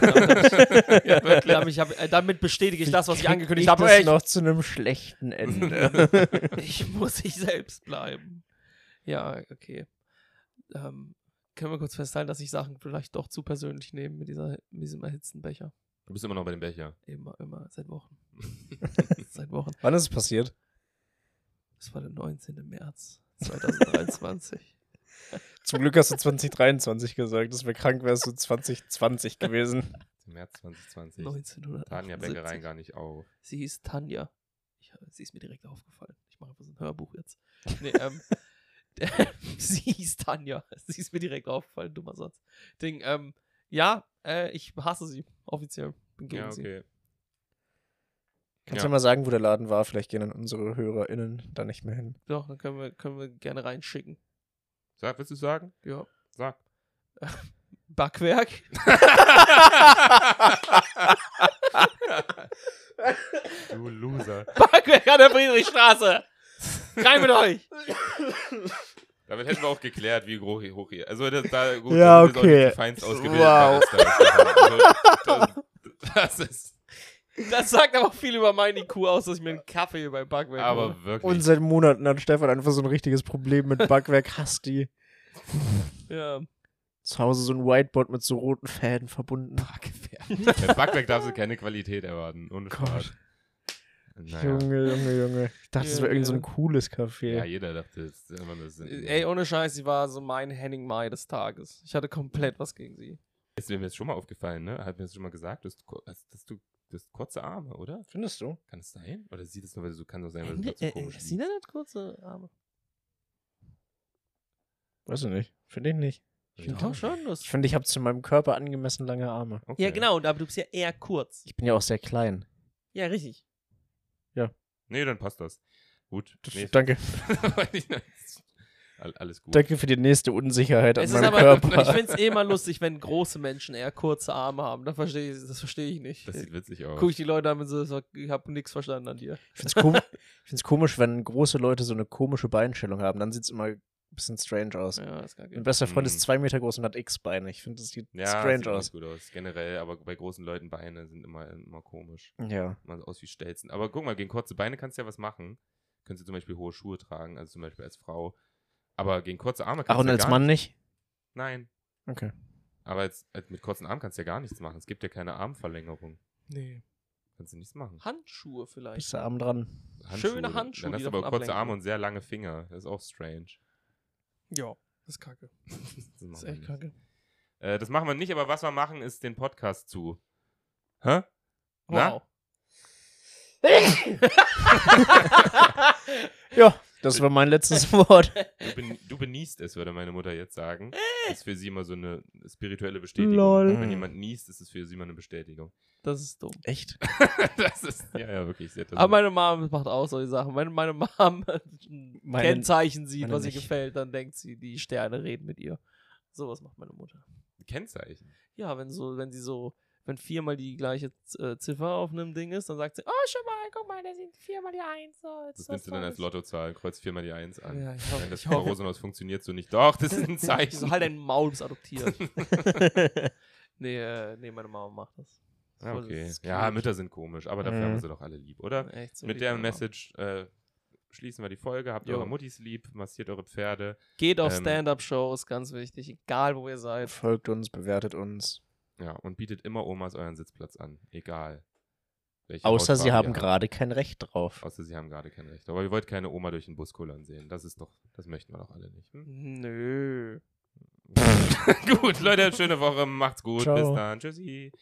Speaker 3: damit, damit, ich hab- äh, damit bestätige ich das, was ich angekündigt habe.
Speaker 1: Das
Speaker 3: Ey,
Speaker 1: ist noch zu einem schlechten Ende.
Speaker 3: Ich muss ich selbst bleiben. Ja, okay. Ähm, können wir kurz festhalten, dass ich Sachen vielleicht doch zu persönlich nehme mit, dieser, mit diesem erhitzten Becher?
Speaker 2: Du bist immer noch bei dem Becher.
Speaker 3: Immer, immer, seit Wochen. seit Wochen.
Speaker 1: Wann ist es passiert?
Speaker 3: Es Das war der 19. März 2023.
Speaker 1: Zum Glück hast du 2023 gesagt. Das wäre krank, wärst du 2020 gewesen.
Speaker 2: Im März 2020.
Speaker 3: 1978.
Speaker 2: Tanja Bäckereien gar nicht auf.
Speaker 3: Sie hieß Tanja. Ich, sie ist mir direkt aufgefallen. Ich mache einfach so ein Hörbuch jetzt. Nee, ähm, der, sie hieß Tanja. Sie ist mir direkt aufgefallen, dummer Satz. Ding, ähm, ja, äh, ich hasse sie, offiziell. Bin gegen
Speaker 2: Ja,
Speaker 3: sie.
Speaker 2: okay.
Speaker 1: Kannst
Speaker 2: Ja.
Speaker 1: du mal sagen, wo der Laden war? Vielleicht gehen dann unsere HörerInnen da nicht mehr hin.
Speaker 3: Doch, dann können wir, können wir gerne reinschicken.
Speaker 2: Sag, willst du sagen?
Speaker 3: Ja.
Speaker 2: Sag.
Speaker 3: Backwerk.
Speaker 2: Du Loser.
Speaker 3: Backwerk an der Friedrichstraße. Rein mit euch.
Speaker 2: Damit hätten wir auch geklärt, wie hoch hoch ihr. Also, das, da, gut,
Speaker 1: Ja,
Speaker 2: das ist auch nicht
Speaker 1: okay.
Speaker 2: die feinst ausgewählte
Speaker 1: Wow.
Speaker 2: Liste. Also, das, das ist
Speaker 3: Das sagt aber auch viel über meine IQ aus, dass ich mir einen Kaffee beim Backwerk hole.
Speaker 2: aber wirklich.
Speaker 1: Und seit Monaten hat Stefan einfach so ein richtiges Problem mit Backwerk. Hasst die.
Speaker 3: Ja.
Speaker 1: Zu Hause so ein Whiteboard mit so roten Fäden verbunden. Backwerk.
Speaker 2: Bei Backwerk darfst du keine Qualität erwarten. Ohne Spaß. Naja.
Speaker 1: Junge, Junge, Junge. Ich dachte, es wäre irgend so ein cooles Café.
Speaker 2: Ja, jeder dachte, das ist immer das.
Speaker 3: Äh, Ey, oh. ohne Scheiß, sie war so mein Henning Mai des Tages. Ich hatte komplett was gegen sie.
Speaker 2: Ist mir jetzt schon mal aufgefallen, ne? Hat mir das schon mal gesagt, dass, du ko- dass, dass du das kurze Arme, oder?
Speaker 1: Findest du?
Speaker 2: Kann es sein? Oder sieht es nur, weil du kann doch sein, weil du
Speaker 3: äh,
Speaker 2: dazu komisch
Speaker 3: sie denn nicht kurze Arme?
Speaker 1: Weiß ich nicht. Finde ich nicht.
Speaker 2: liegst.
Speaker 3: Ja, schon. Du hast
Speaker 1: Ich finde, ich habe zu meinem Körper angemessen lange Arme.
Speaker 2: Okay.
Speaker 3: ja, genau, aber du bist ja eher kurz.
Speaker 1: Ich bin ja auch sehr klein.
Speaker 3: Ja, richtig.
Speaker 2: Nee, dann passt das. Gut. Nee,
Speaker 1: Danke.
Speaker 2: wollte ich noch- All- Alles gut.
Speaker 1: Danke für die nächste Unsicherheit an
Speaker 3: Es ist
Speaker 1: meinem
Speaker 3: aber, ich
Speaker 1: Körper.
Speaker 3: finde es eh immer lustig, wenn große Menschen eher kurze Arme haben. Das verstehe ich, das verstehe ich nicht.
Speaker 2: Das sieht witzig aus.
Speaker 3: Gucke ich die Leute an und so, so, ich habe nichts verstanden an dir.
Speaker 1: Ich finde es kom ich find's komisch, wenn große Leute so eine komische Beinstellung haben. Dann sieht es immer ein bisschen strange aus.
Speaker 3: Ja, das kann
Speaker 1: Mein
Speaker 3: gehen.
Speaker 1: bester Freund
Speaker 2: Mhm.
Speaker 1: ist zwei Meter groß und hat X-Beine. Ich finde, das sieht
Speaker 2: ja, sieht
Speaker 1: strange
Speaker 2: auch
Speaker 1: aus.
Speaker 2: nicht gut aus. Generell, aber bei großen Leuten Beine sind immer, immer komisch.
Speaker 1: Ja.
Speaker 2: Mal aus wie Stelzen. Aber guck mal, gegen kurze Beine kannst du ja was machen. Könntest du zum Beispiel hohe Schuhe tragen, also zum Beispiel als Frau. Aber gegen kurze Arme kannst
Speaker 1: Ach,
Speaker 2: du
Speaker 1: und
Speaker 2: ja
Speaker 1: als
Speaker 2: gar
Speaker 1: Mann nicht?
Speaker 2: Nein.
Speaker 1: Okay.
Speaker 2: Aber als, als mit kurzen Armen kannst du ja gar nichts machen. Es gibt ja keine Armverlängerung.
Speaker 3: Nee.
Speaker 2: Kannst du nichts machen.
Speaker 3: Handschuhe vielleicht.
Speaker 1: Bist du arm dran?
Speaker 3: Schöne Handschuhe,
Speaker 2: Dann
Speaker 3: die
Speaker 2: hast du
Speaker 3: davon
Speaker 2: aber kurze
Speaker 3: ablenken.
Speaker 2: Arme und sehr lange Finger. Das ist auch strange.
Speaker 3: Ja, das ist kacke.
Speaker 2: Das, machen
Speaker 3: Das ist
Speaker 2: wir
Speaker 3: echt
Speaker 2: nicht.
Speaker 3: kacke.
Speaker 2: Äh, das machen wir nicht, aber was wir machen, ist den Podcast zu. Hä? Na?
Speaker 3: Wow.
Speaker 1: Ja,
Speaker 2: Äh,
Speaker 1: das war mein letztes Wort.
Speaker 2: Du, ben du beniest es, würde meine Mutter jetzt sagen.
Speaker 3: Äh.
Speaker 2: Das ist für sie immer so eine spirituelle Bestätigung.
Speaker 1: Lol.
Speaker 2: Wenn
Speaker 1: Mhm.
Speaker 2: jemand niest, ist es für sie immer eine Bestätigung.
Speaker 3: Das ist dumm.
Speaker 1: Echt?
Speaker 2: das ist, ja, ja, wirklich. Sie hat das
Speaker 3: Aber meine Mom macht auch solche Sachen. Wenn meine Mom ein
Speaker 1: Meine-
Speaker 3: Kennzeichen sieht,
Speaker 1: meine
Speaker 3: was ihr
Speaker 1: nicht.
Speaker 3: gefällt, dann denkt sie, die Sterne reden mit ihr. Sowas macht meine Mutter.
Speaker 2: Kennzeichen.
Speaker 3: Ja, wenn so, wenn sie so, wenn viermal die gleiche Z- äh, Ziffer auf einem Ding ist, dann sagt sie, oh, schau mal, guck mal, da sind viermal die Eins. Oh, jetzt
Speaker 2: Das
Speaker 3: ist
Speaker 2: nimmst du dann
Speaker 3: voll
Speaker 2: als
Speaker 3: lustig."
Speaker 2: Lottozahl, kreuz viermal die Eins an.
Speaker 3: Ja, ich hoffe,
Speaker 2: Nein, das
Speaker 3: ich hoffe.
Speaker 2: Rosenhaus funktioniert so nicht. Doch, das ist ein Zeichen.
Speaker 3: So, halt dein Maul, du bist adoptiert. nee, äh, nee, meine Mama macht das.
Speaker 2: Ah,
Speaker 3: Voll, das
Speaker 2: okay.
Speaker 3: ist
Speaker 2: Ja,
Speaker 3: cute.
Speaker 2: Mütter sind komisch, aber dafür
Speaker 1: Mhm.
Speaker 2: haben wir sie doch alle lieb, oder?
Speaker 3: Echt so
Speaker 2: Mit
Speaker 3: lieb,
Speaker 2: der
Speaker 3: meine Mama.
Speaker 2: Message äh, schließen wir die Folge. Habt
Speaker 3: Jo.
Speaker 2: eure Muttis lieb, massiert eure Pferde.
Speaker 3: Geht auf
Speaker 2: Ähm,
Speaker 3: Stand-Up-Shows, ganz wichtig, egal wo ihr seid.
Speaker 1: Folgt uns, bewertet uns.
Speaker 2: Ja, und bietet immer Omas euren Sitzplatz an. Egal. welche
Speaker 1: Außer sie
Speaker 2: Hautfarbe
Speaker 1: haben
Speaker 2: ihr habt.
Speaker 1: gerade kein Recht drauf.
Speaker 2: Außer sie haben gerade kein Recht. Aber ihr wollt keine Oma durch den Bus kullern sehen. Das ist doch, das möchten wir doch alle nicht. Hm?
Speaker 3: Nö.
Speaker 2: gut, Leute, schöne Woche. Macht's gut.
Speaker 1: Ciao.
Speaker 2: Bis dann. Tschüssi.